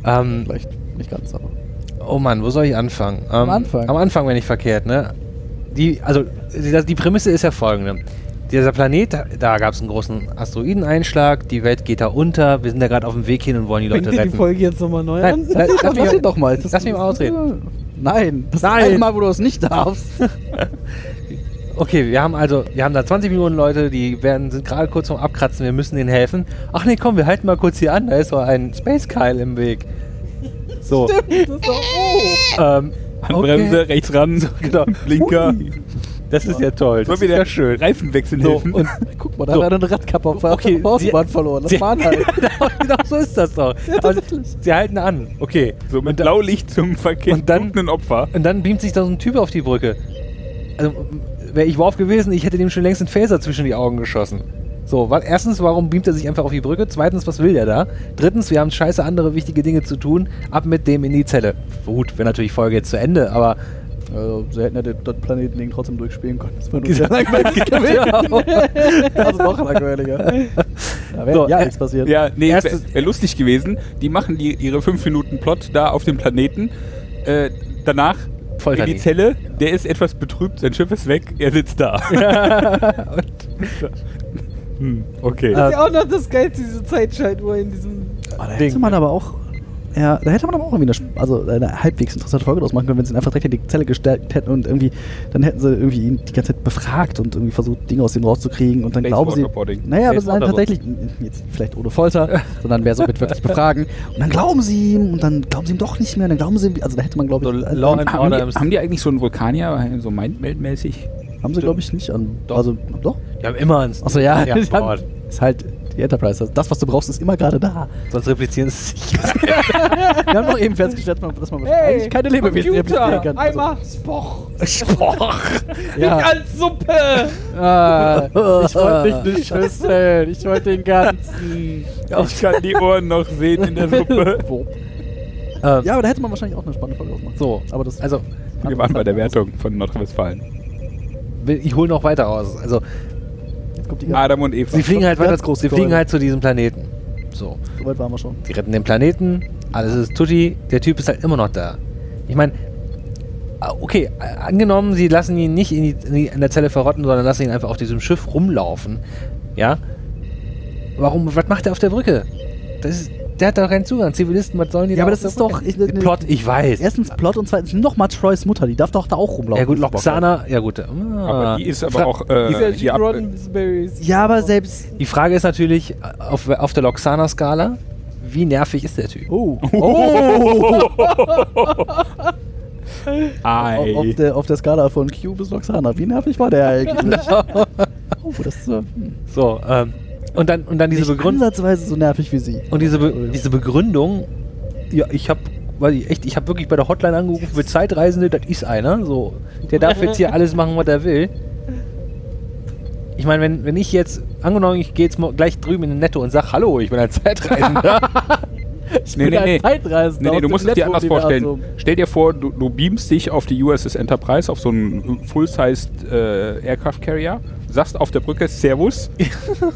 Ähm, Vielleicht nicht ganz, aber. oh Mann, wo soll ich anfangen? Ähm, Am Anfang. Am Anfang wäre nicht verkehrt, ne? Die, also, die, die Prämisse ist ja folgende. Dieser Planet, da, da gab es einen großen Asteroideneinschlag, die Welt geht da unter, wir sind da gerade auf dem Weg hin und wollen die Fängt Leute ihr die retten. Folge jetzt nochmal neu Nein, an? lass, lass mich, Lass ihn doch mal. lass mich mal ausreden. Nein, das Nein. ist einmal, wo du es nicht darfst. Okay, wir haben also, wir haben da 20 Millionen Leute, die werden, sind gerade kurz vorm Abkratzen, wir müssen denen helfen. Ach nee, komm, wir halten mal kurz hier an, da ist so ein Space Kyle im Weg. So, Das ist doch, oh. ähm, Handbremse, okay, rechts ran, genau. Blinker. das ist ja toll. Das Wollen ist wir ja der schön. Reifenwechsel So, helfen? und <laughs> Guck mal, da So. hat er eine Radkappe auf der Okay, okay, Autobahn sie- verloren. sie- Das <laughs> waren halt. genau, genau so ist das doch. Also, sie halten an, okay. so mit Blaulicht zum Verkehr und dann- ein Opfer. Und dann beamt sich da so ein Typ auf die Brücke. Also, wäre ich Worf gewesen, ich hätte dem schon längst einen Phaser zwischen die Augen geschossen. So, wa erstens, warum beamt er sich einfach auf die Brücke? Zweitens, was will der da? Drittens, wir haben scheiße andere wichtige Dinge zu tun. Ab mit dem in die Zelle. Gut, wäre natürlich Folge jetzt zu Ende, <laughs> aber. Also, sie hätten ja den, das Planetending trotzdem durchspielen können. Das war <laughs> nur Dieser sehr langweilig Genau. gewesen. Ja. <laughs> Also noch <laughs> langweiliger. Da wäre So, ja äh, nichts passiert. Ja, nee, Erstes- wäre wär lustig gewesen. Die machen die, ihre 5-Minuten-Plot da auf dem Planeten. Äh, danach Folter in die die. Zelle. Der ist etwas betrübt, sein Schiff ist weg, er <laughs> sitzt da. <laughs> hm, okay. Äh, Das <laughs> ist ja auch noch das Geilste, diese Zeitschaltuhr in diesem. Oh, da Ding. hätte man aber auch. Ja, da hätte man aber auch irgendwie eine, Sp- also eine halbwegs interessante Folge draus machen können, wenn sie ihn einfach direkt in die Zelle gestärkt hätten und irgendwie, dann hätten sie irgendwie ihn die ganze Zeit befragt und irgendwie versucht, Dinge aus ihm rauszukriegen und dann Baseball glauben sie. Reporting. Naja, aber Baseball dann tatsächlich, jetzt vielleicht <laughs> ohne Folter, sondern mehr so mit wirklich befragen. Und dann glauben sie ihm und dann glauben sie ihm doch nicht mehr, dann glauben sie ihm, also da hätte man, glaube ich, So also, Law and haben, Order die, ist- haben die eigentlich so einen Vulkanier, so mindmeldmäßig? haben sie, glaube ich, nicht an. Also, doch. Wir haben immer einen. Achso, ja, <laughs> ja die haben- Bord. ist halt die Enterprise. Also das, was du brauchst, ist immer gerade da. Sonst replizieren sie sich. Wir haben doch eben festgestellt, dass man Hey, eigentlich keine Lebewesen replizieren Computer, kann. Also, Eimer, Spoch. Ja. Nicht als Suppe. Ah, ich wollte <laughs> nicht eine Schüssel, ich wollte den ganzen. Ich kann die Ohren noch sehen in der Suppe. Ähm, Ja, aber da hätte man wahrscheinlich auch eine spannende Folge ausmachen. So, aber das. also, Wir waren bei der Wertung von Nordrhein-Westfalen. ich hole noch weiter raus. Also, Jetzt kommt die ganze. Adam und Eva. sie fliegen halt weiter. ganz groß, Sie fliegen halt zu diesem Planeten. So. So weit waren wir schon. Die retten den Planeten, alles ist tutti, der Typ ist halt immer noch da. Ich meine, ah, okay, äh, angenommen, sie lassen ihn nicht in, die, in, die, in der Zelle verrotten, sondern lassen ihn einfach auf diesem Schiff rumlaufen. Ja? Warum, was macht er auf der Brücke? Das ist, der hat doch keinen Zugang. Zivilisten, was sollen die Ja, da aber auf das der ist Brücke? doch- ich- ne- Plot, ich weiß. Erstens Plot und zweitens nochmal Troys Mutter, die darf doch da auch rumlaufen. Ja gut, wenn sie Bock hat. Loxana, ja gut. ah. Aber die ist aber Fra- auch äh, Diese hier ab- Roddenberries. Ja, aber selbst. Die Frage ist natürlich, auf, auf der Loxana-Skala, wie nervig ist der Typ? Oh. Auf, auf, Ei. der, auf der Skala von Q bis Loxana. Wie nervig war der eigentlich? oh, das ist äh, So, ähm, und dann, und dann diese nicht Begründung. ansatzweise so nervig wie sie. Und diese, Be diese Begründung, ja, ich habe weil ich echt, ich habe wirklich bei der Hotline angerufen für Zeitreisende, das ist einer, so. Der darf jetzt hier alles machen, was er will. Ich meine, wenn, wenn ich jetzt, angenommen, ich gehe jetzt mo- gleich drüben in den Netto und sag, hallo, ich bin ein Zeitreisender. <laughs> Ich Nee, bin nee, ein nee. Zeitreisender aus Nee, nee, du dem musst es dir anders Netto-Universum. vorstellen. also- Stell dir vor, du, du beamst dich auf die USS Enterprise, auf so einen Full-Sized äh, Aircraft Carrier, sagst auf der <laughs> Brücke Servus,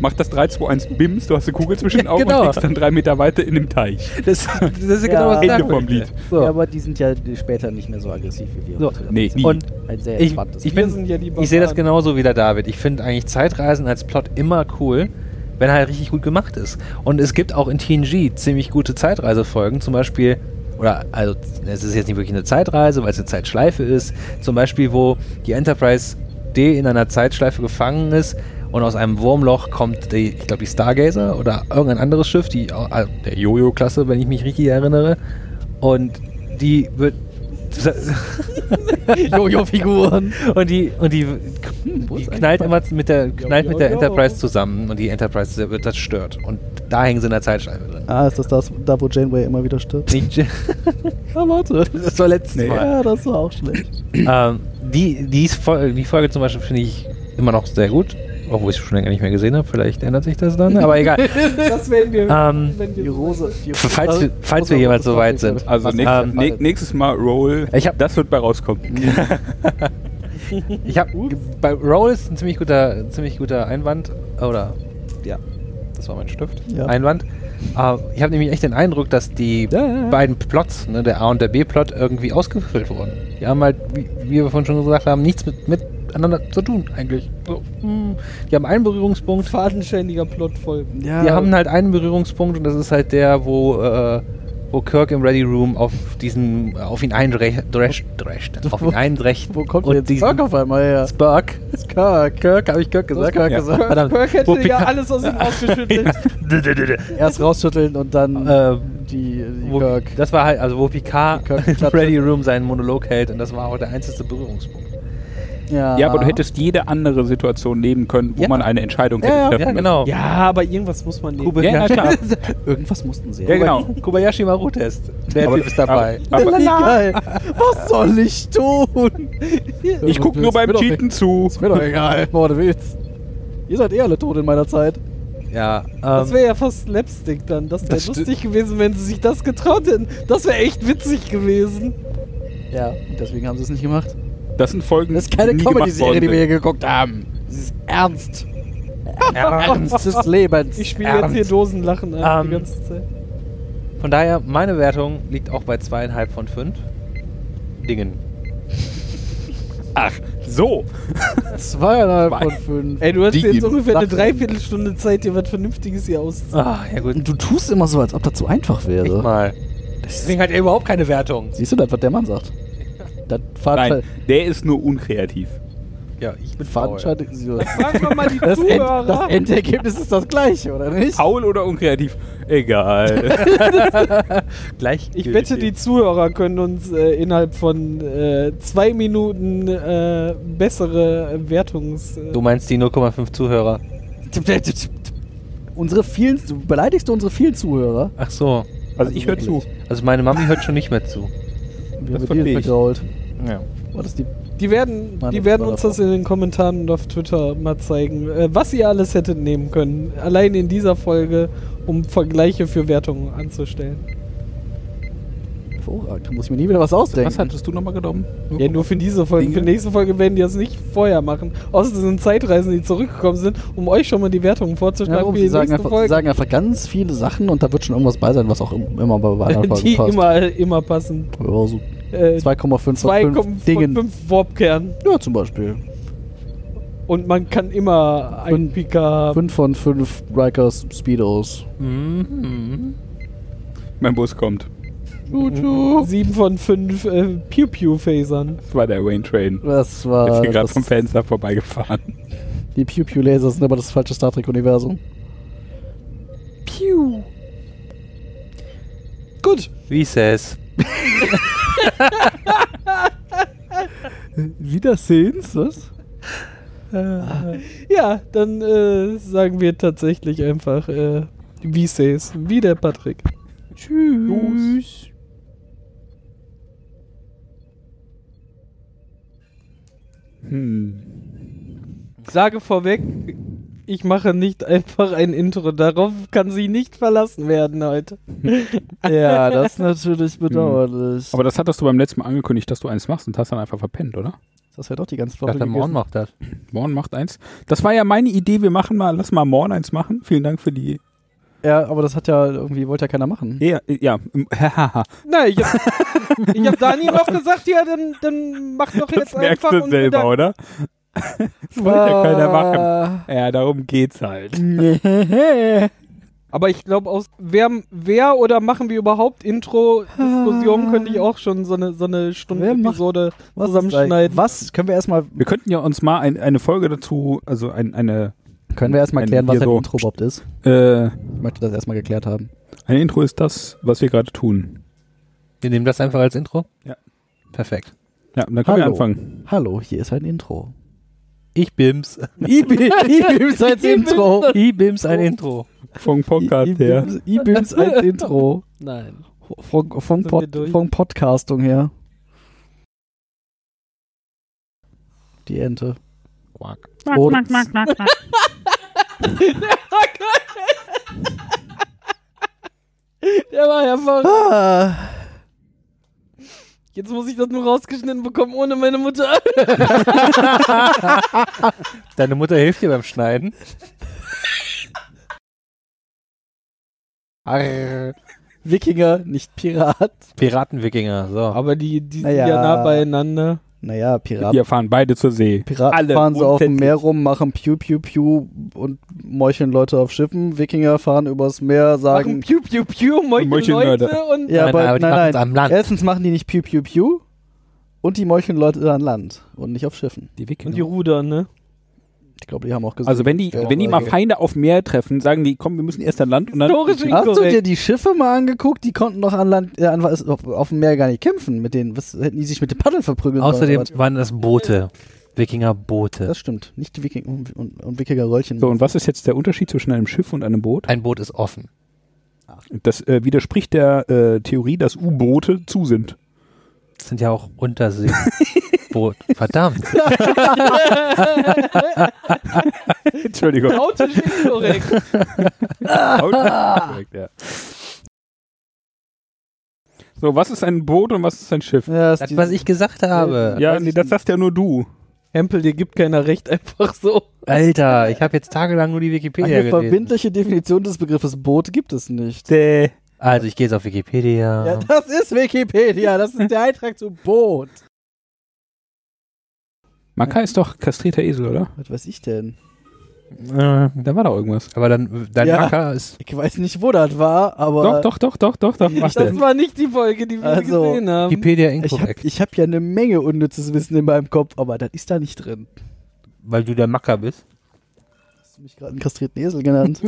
mach das 321 Bims, du hast eine Kugel zwischen den Augen Genau. und liegst dann drei Meter weiter in dem Teich. Das, das ist ja Ja. genau was ich Ende sagen vom will. Lied. So. Ja, aber die sind ja später nicht mehr so aggressiv wie wir. So. heute. Nee, nie. Und Ein sehr ich, entspanntes ich, Wir bin- sind ja die ich sehe das Barbaren. genauso wie der David. Ich finde eigentlich Zeitreisen als Plot immer cool, wenn er halt richtig gut gemacht ist. Und es gibt auch in TNG ziemlich gute Zeitreisefolgen, zum Beispiel, oder also es ist jetzt nicht wirklich eine Zeitreise, weil es eine Zeitschleife ist, zum Beispiel, wo die Enterprise D in einer Zeitschleife gefangen ist und aus einem Wurmloch kommt die, ich glaube, die Stargazer oder irgendein anderes Schiff, die äh, der Jojo-Klasse, wenn ich mich richtig erinnere. Und die wird. <laughs> Jojo-Figuren. Hm, Und die, und die, wo die ist knallt eigentlich- immer mit der, knallt ja, mit der ja. Enterprise zusammen und die Enterprise wird das stört. Und da hängen sie in der Zeitschleife drin. Ah, ist das das, da wo Janeway immer wieder stirbt? Nicht, <laughs> Ah, warte. das war letztes Nee. Mal. Ja, das war auch schlecht. Ähm, die, die, ist Folge, die Folge zum Beispiel finde ich immer noch sehr gut. Obwohl ich sie schon länger nicht mehr gesehen habe. Vielleicht ändert sich das dann. Aber <laughs> egal. Das werden wir. Ähm, wenn wir Die Rose. Die Also, Falls wir- Rose- falls wir jemals so weit sind. Also Was- nächst, ähm, nä- nächstes Mal Roll, Ich hab- das wird bei rauskommen. Ich habe bei Roll ist ein ziemlich guter, ziemlich guter Einwand. Oder Ja. Das das war mein Stift. Ja. Einwand. Äh, ich habe nämlich echt den Eindruck, dass die Ja, ja, ja. beiden Plots, ne, der A und der B-Plot, irgendwie ausgefüllt wurden. Die haben halt, wie, wie wir vorhin schon gesagt haben, nichts mit, miteinander zu tun eigentlich. So, mm, die haben einen Berührungspunkt, Fadenständiger Plot voll. Ja, die haben halt einen Berührungspunkt und das ist halt der, wo, äh, wo Kirk im Ready Room auf diesen, auf ihn eindrecht, drecht, <laughs> drecht, auf ihn eindrecht. wo kommt und denn jetzt diesen- Kirk auf einmal her? Spurk. Kirk. Kirk, habe ich Kirk gesagt? Kirk Ja. gesagt. Verdammt. Perk Wo hätte ja Picard- alles aus ihm ausgeschüttelt. <laughs> Erst rausschütteln und dann Äh, die, die wo, Kirk. Das war halt, also wo Picard Kirk im <laughs> Platte. Ready Room seinen Monolog hält und das war auch der einzige Berührungspunkt. Ja, aber du hättest jede andere Situation nehmen können, wo Ja. man eine Entscheidung hätte Ja, treffen Ja, müssen. genau. ja, aber irgendwas muss man nehmen. Ja, <laughs> na klar. Irgendwas mussten sie. Ja, genau. Kobayashi Maru-Test. Der Aber- Typ ist dabei. Aber, aber Egal. Was soll ich tun? ich gucke nur beim Ist mir doch Cheaten zu. Ist mir doch egal, <laughs> boah, du willst. Ihr seid eh alle tot in meiner Zeit. ja. Ähm, Das wäre ja fast Slapstick dann. Das wäre Das sti- lustig gewesen, wenn sie sich das getraut hätten. Das wäre echt witzig gewesen. Ja, und deswegen haben sie es nicht gemacht. Das sind Folgen, Das ist keine nie gemacht Comedy-Serie, worden die wir hier sind. geguckt haben. Das ist ernst. Ernst des Lebens. Ich spiele jetzt hier Dosenlachen an die Ähm. ganze Zeit. Von daher, meine Wertung liegt auch bei zweieinhalb von fünf Dingen. Ach, so. Zweieinhalb Zwei. von fünf. Ey, du hast Die jetzt ungefähr eine Lachen. Dreiviertelstunde Zeit, dir was Vernünftiges hier auszuziehen. Ah, ja gut. du tust immer so, als ob das zu einfach Echt wäre. mal. Deswegen hat er überhaupt keine Wertung. Siehst du das, was der Mann sagt? Das Nein, Fahrzeug. der ist nur unkreativ. Ja, ich bin faul. Fahrzeug. Fragen wir mal die Das, End, Zuhörer. das Endergebnis ist das gleiche, oder nicht? Faul oder unkreativ? <laughs> Egal. Gleich. ich wette, die Zuhörer können uns äh, innerhalb von äh, zwei Minuten äh, bessere Wertungs... Äh, Du meinst die 0,5 Zuhörer. Unsere vielen, du beleidigst unsere vielen Zuhörer. Ach so. Also ich höre zu. Also meine Mami hört schon nicht mehr zu. Wir Das haben verstehe die ich. vergrault. Ja. War das die Die werden, Meine die werden Frau uns davon. das in den Kommentaren und auf Twitter mal zeigen, äh, was ihr alles hättet nehmen können. Allein in dieser Folge, um Vergleiche für Wertungen anzustellen. Oh, Hervorragend. Da muss ich mir nie wieder was ausdenken. Was hattest du nochmal genommen? Ja, nur für diese Folge. Für die nächste Folge werden die das nicht vorher machen. Außer es sind Zeitreisen, die zurückgekommen sind, um euch schon mal die Wertungen ja, vorzuschlagen warum? für Sie die sagen, nächste einfach, sie Folge. sagen einfach ganz viele Sachen und da wird schon irgendwas bei sein, was auch im- immer bei anderen Folgen <laughs> die passt. immer, immer passen. ja, so Äh, 2,5 von 5 Dingen. 2,5 Warpkern. Ja, zum Beispiel. Und man kann immer einen Fünf- Pika. 5 von 5 Rikers Speedos. Mein Bus kommt. Juju. 7 von 5 äh, Pew-Pew-Phasern. Das war der Wayne Train. Das Der ist war. hier gerade Ah, Das, vom Fenster vorbeigefahren. die Pew Pew Laser sind aber das falsche Star Trek-Universum. Pew. Gut. Wie says. Wiedersehens, was? Ja, dann äh, sagen wir tatsächlich einfach, äh, wie says, wie der Patrick. Tschüss. Hm. Sage vorweg, ich mache nicht einfach ein Intro. Darauf kann sie nicht verlassen werden heute. Ja, das <laughs> ist natürlich bedauerlich. Hm. Aber das hattest du beim letzten Mal angekündigt, dass du eins machst und hast dann einfach verpennt, oder? das wäre doch die ganze Ich Woche dachte, Morn gegessen. macht das. Morn macht eins. Das war ja meine Idee, wir machen mal, lass mal Morn eins machen. Vielen Dank für die. Ja, aber das hat ja irgendwie, wollte ja keiner machen. Ja, ja. <laughs> hahaha. Nein, ich <laughs> hab, ich hab Dani noch gesagt, ja, dann, dann mach doch das jetzt merkst einfach. du und selber, dann- oder? das wollte ja keiner machen. Ja, darum geht's halt. machen. Aber ich glaube, aus wer, wer oder machen wir überhaupt Intro-Diskussion, könnte ich auch schon so eine, so eine <laughs> Stunde-Episode Was zusammenschneiden. Was? Können wir erstmal Wir könnten ja uns mal ein, eine Folge dazu, also ein, eine, Können wir erstmal Wenn klären, was wir ein so- Intro überhaupt ist? äh, Ich möchte das erstmal geklärt haben. ein Intro ist das, was wir gerade tun. Wir nehmen das einfach als Intro? Ja. Perfekt. Ja, dann können wir Hallo. anfangen. Hallo, hier ist ein <laughs> Intro. Ich bims. <laughs> E-Bims als Intro. Ich bims ein Intro. Vom Podcast her. E-Bims <laughs> als Intro. Nein. Von, von, wir Pod, durch? von Podcastung her. Die Ente. Quack. Und Der war hervorragend. Ah, Jetzt muss ich das nur rausgeschnitten bekommen, ohne meine Mutter. Deine Mutter hilft dir beim Schneiden. Arr. Wikinger, nicht Pirat. Piratenwikinger, so. Aber die, die Naja. sind ja nah beieinander. Naja, Pirat. Wir fahren beide zur See. Piraten Alle fahren so auf dem unkenntlich. Meer rum, machen Piu Piu Piu und meucheln Leute auf Schiffen. Wikinger fahren übers Meer, Machen sagen. Piu Piu Piu, meucheln Meucheln Leute Leute. und Ja, Nein, aber, aber die nein, machen's nein. am Land. Erstens machen die nicht Piu Piu Piu und die meucheln Leute an Land und nicht auf Schiffen. Die Und die Ruder, ne? Ich glaube, die haben auch gesagt. Also wenn die, wenn die mal Feinde auf Meer treffen, sagen die, komm, wir müssen erst an Land und dann. Historisch Hast du dir inkorrekt. die Schiffe mal angeguckt? Die konnten doch an Land, äh, an, was- auf, auf dem Meer gar nicht kämpfen. Mit denen was, hätten die sich mit dem Paddeln verprügeln sollen, Außerdem aber- waren das Boote. Wikingerboote. Das stimmt. Nicht um, die Wiking und, und, und Wikinger-Röllchen. So, und was ist jetzt der Unterschied zwischen einem Schiff und einem Boot? Ein Boot ist offen. Das äh, widerspricht der äh, Theorie, dass U-Boote zu sind. <laughs> Das sind ja auch <laughs> Unterseeboot. Verdammt. <laughs> <laughs> Entschuldigung. Nautisch inkorrekt. Korrekt, ja. So, was ist ein Boot und was ist ein Schiff? Ja, ist Das, die- was ich gesagt habe. Ja, nee, das sagst ja nur du. Hempel, dir gibt keiner recht, einfach so. Alter, ich habe jetzt tagelang nur die Wikipedia Eine gelesen. verbindliche Definition des Begriffes Boot gibt es nicht. Däh. Also ich gehe jetzt auf Wikipedia. Ja, das ist Wikipedia. Das ist der Eintrag zu Boot. Maka ist doch kastrierter Esel, oder? Was weiß ich denn? Äh, Da war doch irgendwas. Aber dann, dein Ja. Macker ist. Ich weiß nicht, wo das war, aber Doch, doch, doch, doch, doch, doch. Macht Das er. war nicht die Folge, die wir Also, gesehen haben. Wikipedia ich habe inkorrekt. hab ja eine Menge unnützes Wissen in meinem Kopf, aber das ist da nicht drin. weil du der Macker bist. Hast du mich gerade einen kastrierten Esel genannt?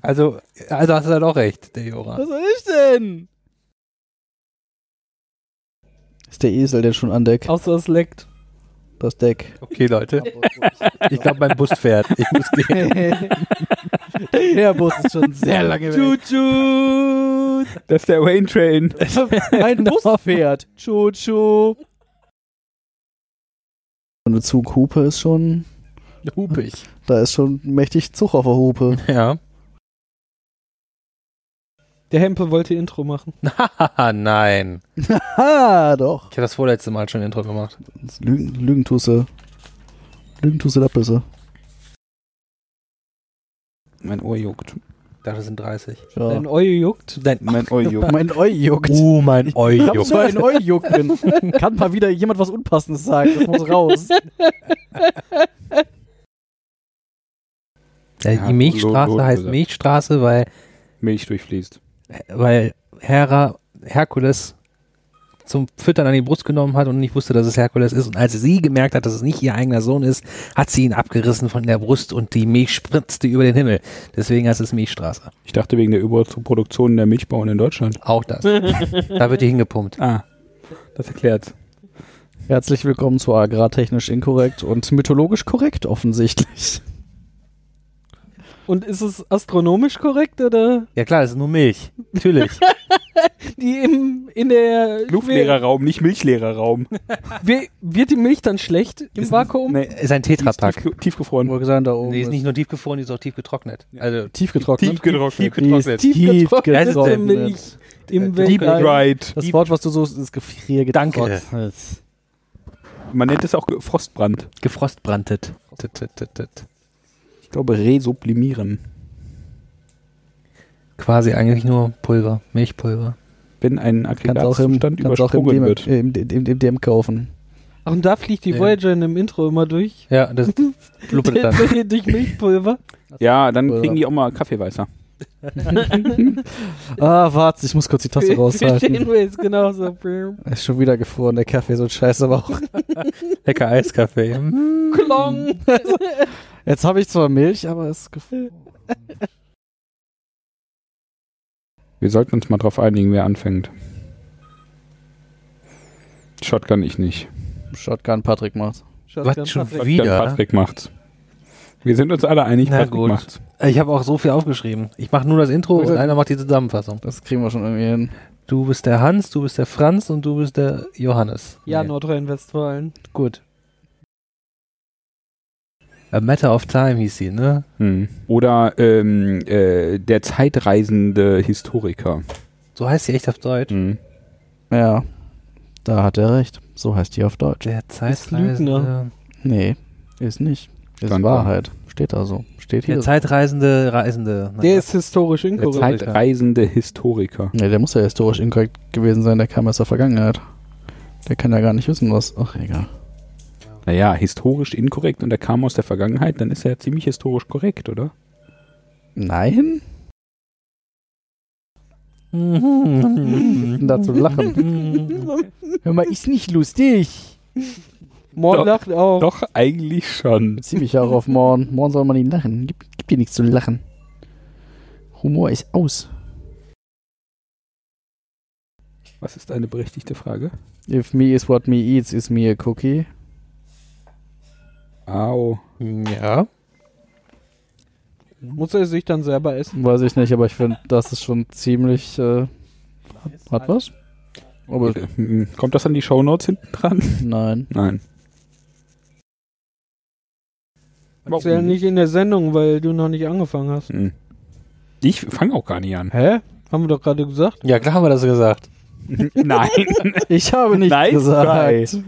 Also, also hast du da doch recht, der Jora. Was soll ich denn? Ist der Esel denn schon an Deck? Außer es leckt. Das Deck. Okay, Leute. Ich <laughs> glaube, mein Bus fährt. Ich muss gehen. <laughs> der Bus ist schon sehr lange weg. Tschut. Das ist der Wayne Train. Ein Bus fährt. Chuchu. Eine Zughupe ist schon. Hupig. Da ist schon mächtig Zug auf der Hupe. <laughs> Ja. <laughs> Der Hempel wollte Intro machen. Nein. Ha, doch. Ich habe das vorletzte Mal schon ein Intro gemacht. Das ist Lügen, Lügentusse. Lügentusse Lappüsse. Mein Ohr juckt. Ich dachte, das sind 30. Ja. Dein Eue juckt. Dein Mein Ohr juckt. Mein Oi juckt. Uh, Oh, mein Eujo. so ein Oi jucken. <laughs> Kann mal wieder jemand was Unpassendes sagen. Das muss raus. Äh, Ja, die Milchstraße Lot- Lot- heißt Lot- Milchstraße, weil, <laughs> Milch durchfließt. weil Hera Herkules zum Füttern an die Brust genommen hat und nicht wusste, dass es Herkules ist. Und als sie gemerkt hat, dass es nicht ihr eigener Sohn ist, hat sie ihn abgerissen von der Brust und die Milch spritzte über den Himmel. Deswegen heißt es Milchstraße. Ich dachte wegen der Überproduktion der Milchbauern in Deutschland. Auch das. da wird die hingepumpt. Ah, das erklärt. Herzlich willkommen zu Agrartechnisch Inkorrekt und Mythologisch Korrekt offensichtlich. Und ist es astronomisch korrekt oder Ja klar, das ist nur Milch. Natürlich. die im, in der Luftlehrerraum, nicht Milchlehrerraum. Wer- Wird die Milch dann schlecht im Vakuum? Nee, ist ein Tetrapack. tief, tiefgefroren. Wollte sagen, da Um oben. Die ist nicht nur tief gefroren, die ist auch tief getrocknet. Also tief getrocknet. Tiefgetrocknet. Die ist getrocknet. tief Tief getrocknet. getrocknete Milch im Deep Weltall. Right. Das Wort, was du suchst, ist Gefrier. Danke. Man nennt es auch Ge- Frostbrand. gefrostbrandet. Tit, tit, tit, tit. Ich glaube, resublimieren. Quasi eigentlich nur Pulver, Milchpulver. Wenn ein Kannst auch im, Aggregatzustand kannst auch im, übersprungen DM, wird. im, im, im DM kaufen. Ach, und da fliegt die Ja. Voyager in dem Intro immer durch. Ja, <laughs> das blubbert dann. durch durch Milchpulver. Ja, dann Oder- kriegen die auch mal Kaffeeweißer. Ah, warte, ich muss kurz die Tasse Verstehen raushalten. wir jetzt genauso. Klong. Ist schon wieder gefroren, der Kaffee, so ein Scheiß, aber auch. Lecker Eiskaffee. Hm. Jetzt habe ich zwar Milch, aber es ist gefroren. Wir sollten uns mal drauf einigen, wer anfängt. Shotgun ich nicht. Shotgun Patrick macht. Shotgun Was schon Patrick. Dann wieder? Patrick macht's. Wir sind uns alle einig, Na Patrick gut. macht's. Ich habe auch so viel aufgeschrieben. Ich mache nur das Intro und einer macht die Zusammenfassung. Das kriegen wir schon irgendwie hin. Du bist der Hans, du bist der Franz und du bist der Johannes. Ja, Nee. Nordrhein-Westfalen. gut. A Matter of Time hieß sie, ne? Hm. Oder ähm, äh, der zeitreisende Historiker. So heißt sie echt auf Deutsch. Hm. Ja. Da hat er recht. So heißt die auf Deutsch. Der Ist Lügner. Zeitreisende. Nee, ist nicht. Ist Dann- Wahrheit. Steht da so. Steht hier. Der zeitreisende Reisende. Der ist historisch Der inkorrekt. zeitreisende Historiker. nee, der muss ja historisch inkorrekt gewesen sein, der kam aus der Vergangenheit. Der kann ja gar nicht wissen, was. Ach, egal. Naja, historisch inkorrekt und er kam aus der Vergangenheit, dann ist er ja ziemlich historisch korrekt, oder? Nein? Mhm. Dazu lachen. Hör mal, ist nicht lustig. <laughs> Mord Doch. lacht auch. Doch, eigentlich schon. Zieh mich auch auf morgen. Morgen soll man ihn lachen. Gib, gib dir nichts zu lachen. Humor ist aus. Was ist eine berechtigte Frage? If me is what me eats, is me a cookie. Au. Ja. Muss er sich dann selber essen? Weiß ich nicht, aber ich finde, das ist schon ziemlich. Äh, hat, hat was? <laughs> Aber Äh, Kommt das an die Shownotes hinten dran? nein. Nenein. Ist ja nicht in der Sendung, weil du noch nicht angefangen hast. Hm. Ich fange auch gar nicht <laughs> an. Hä? Haben wir doch gerade gesagt. Ja, klar haben wir das gesagt. Nein. Ich habe nichts Nice gesagt.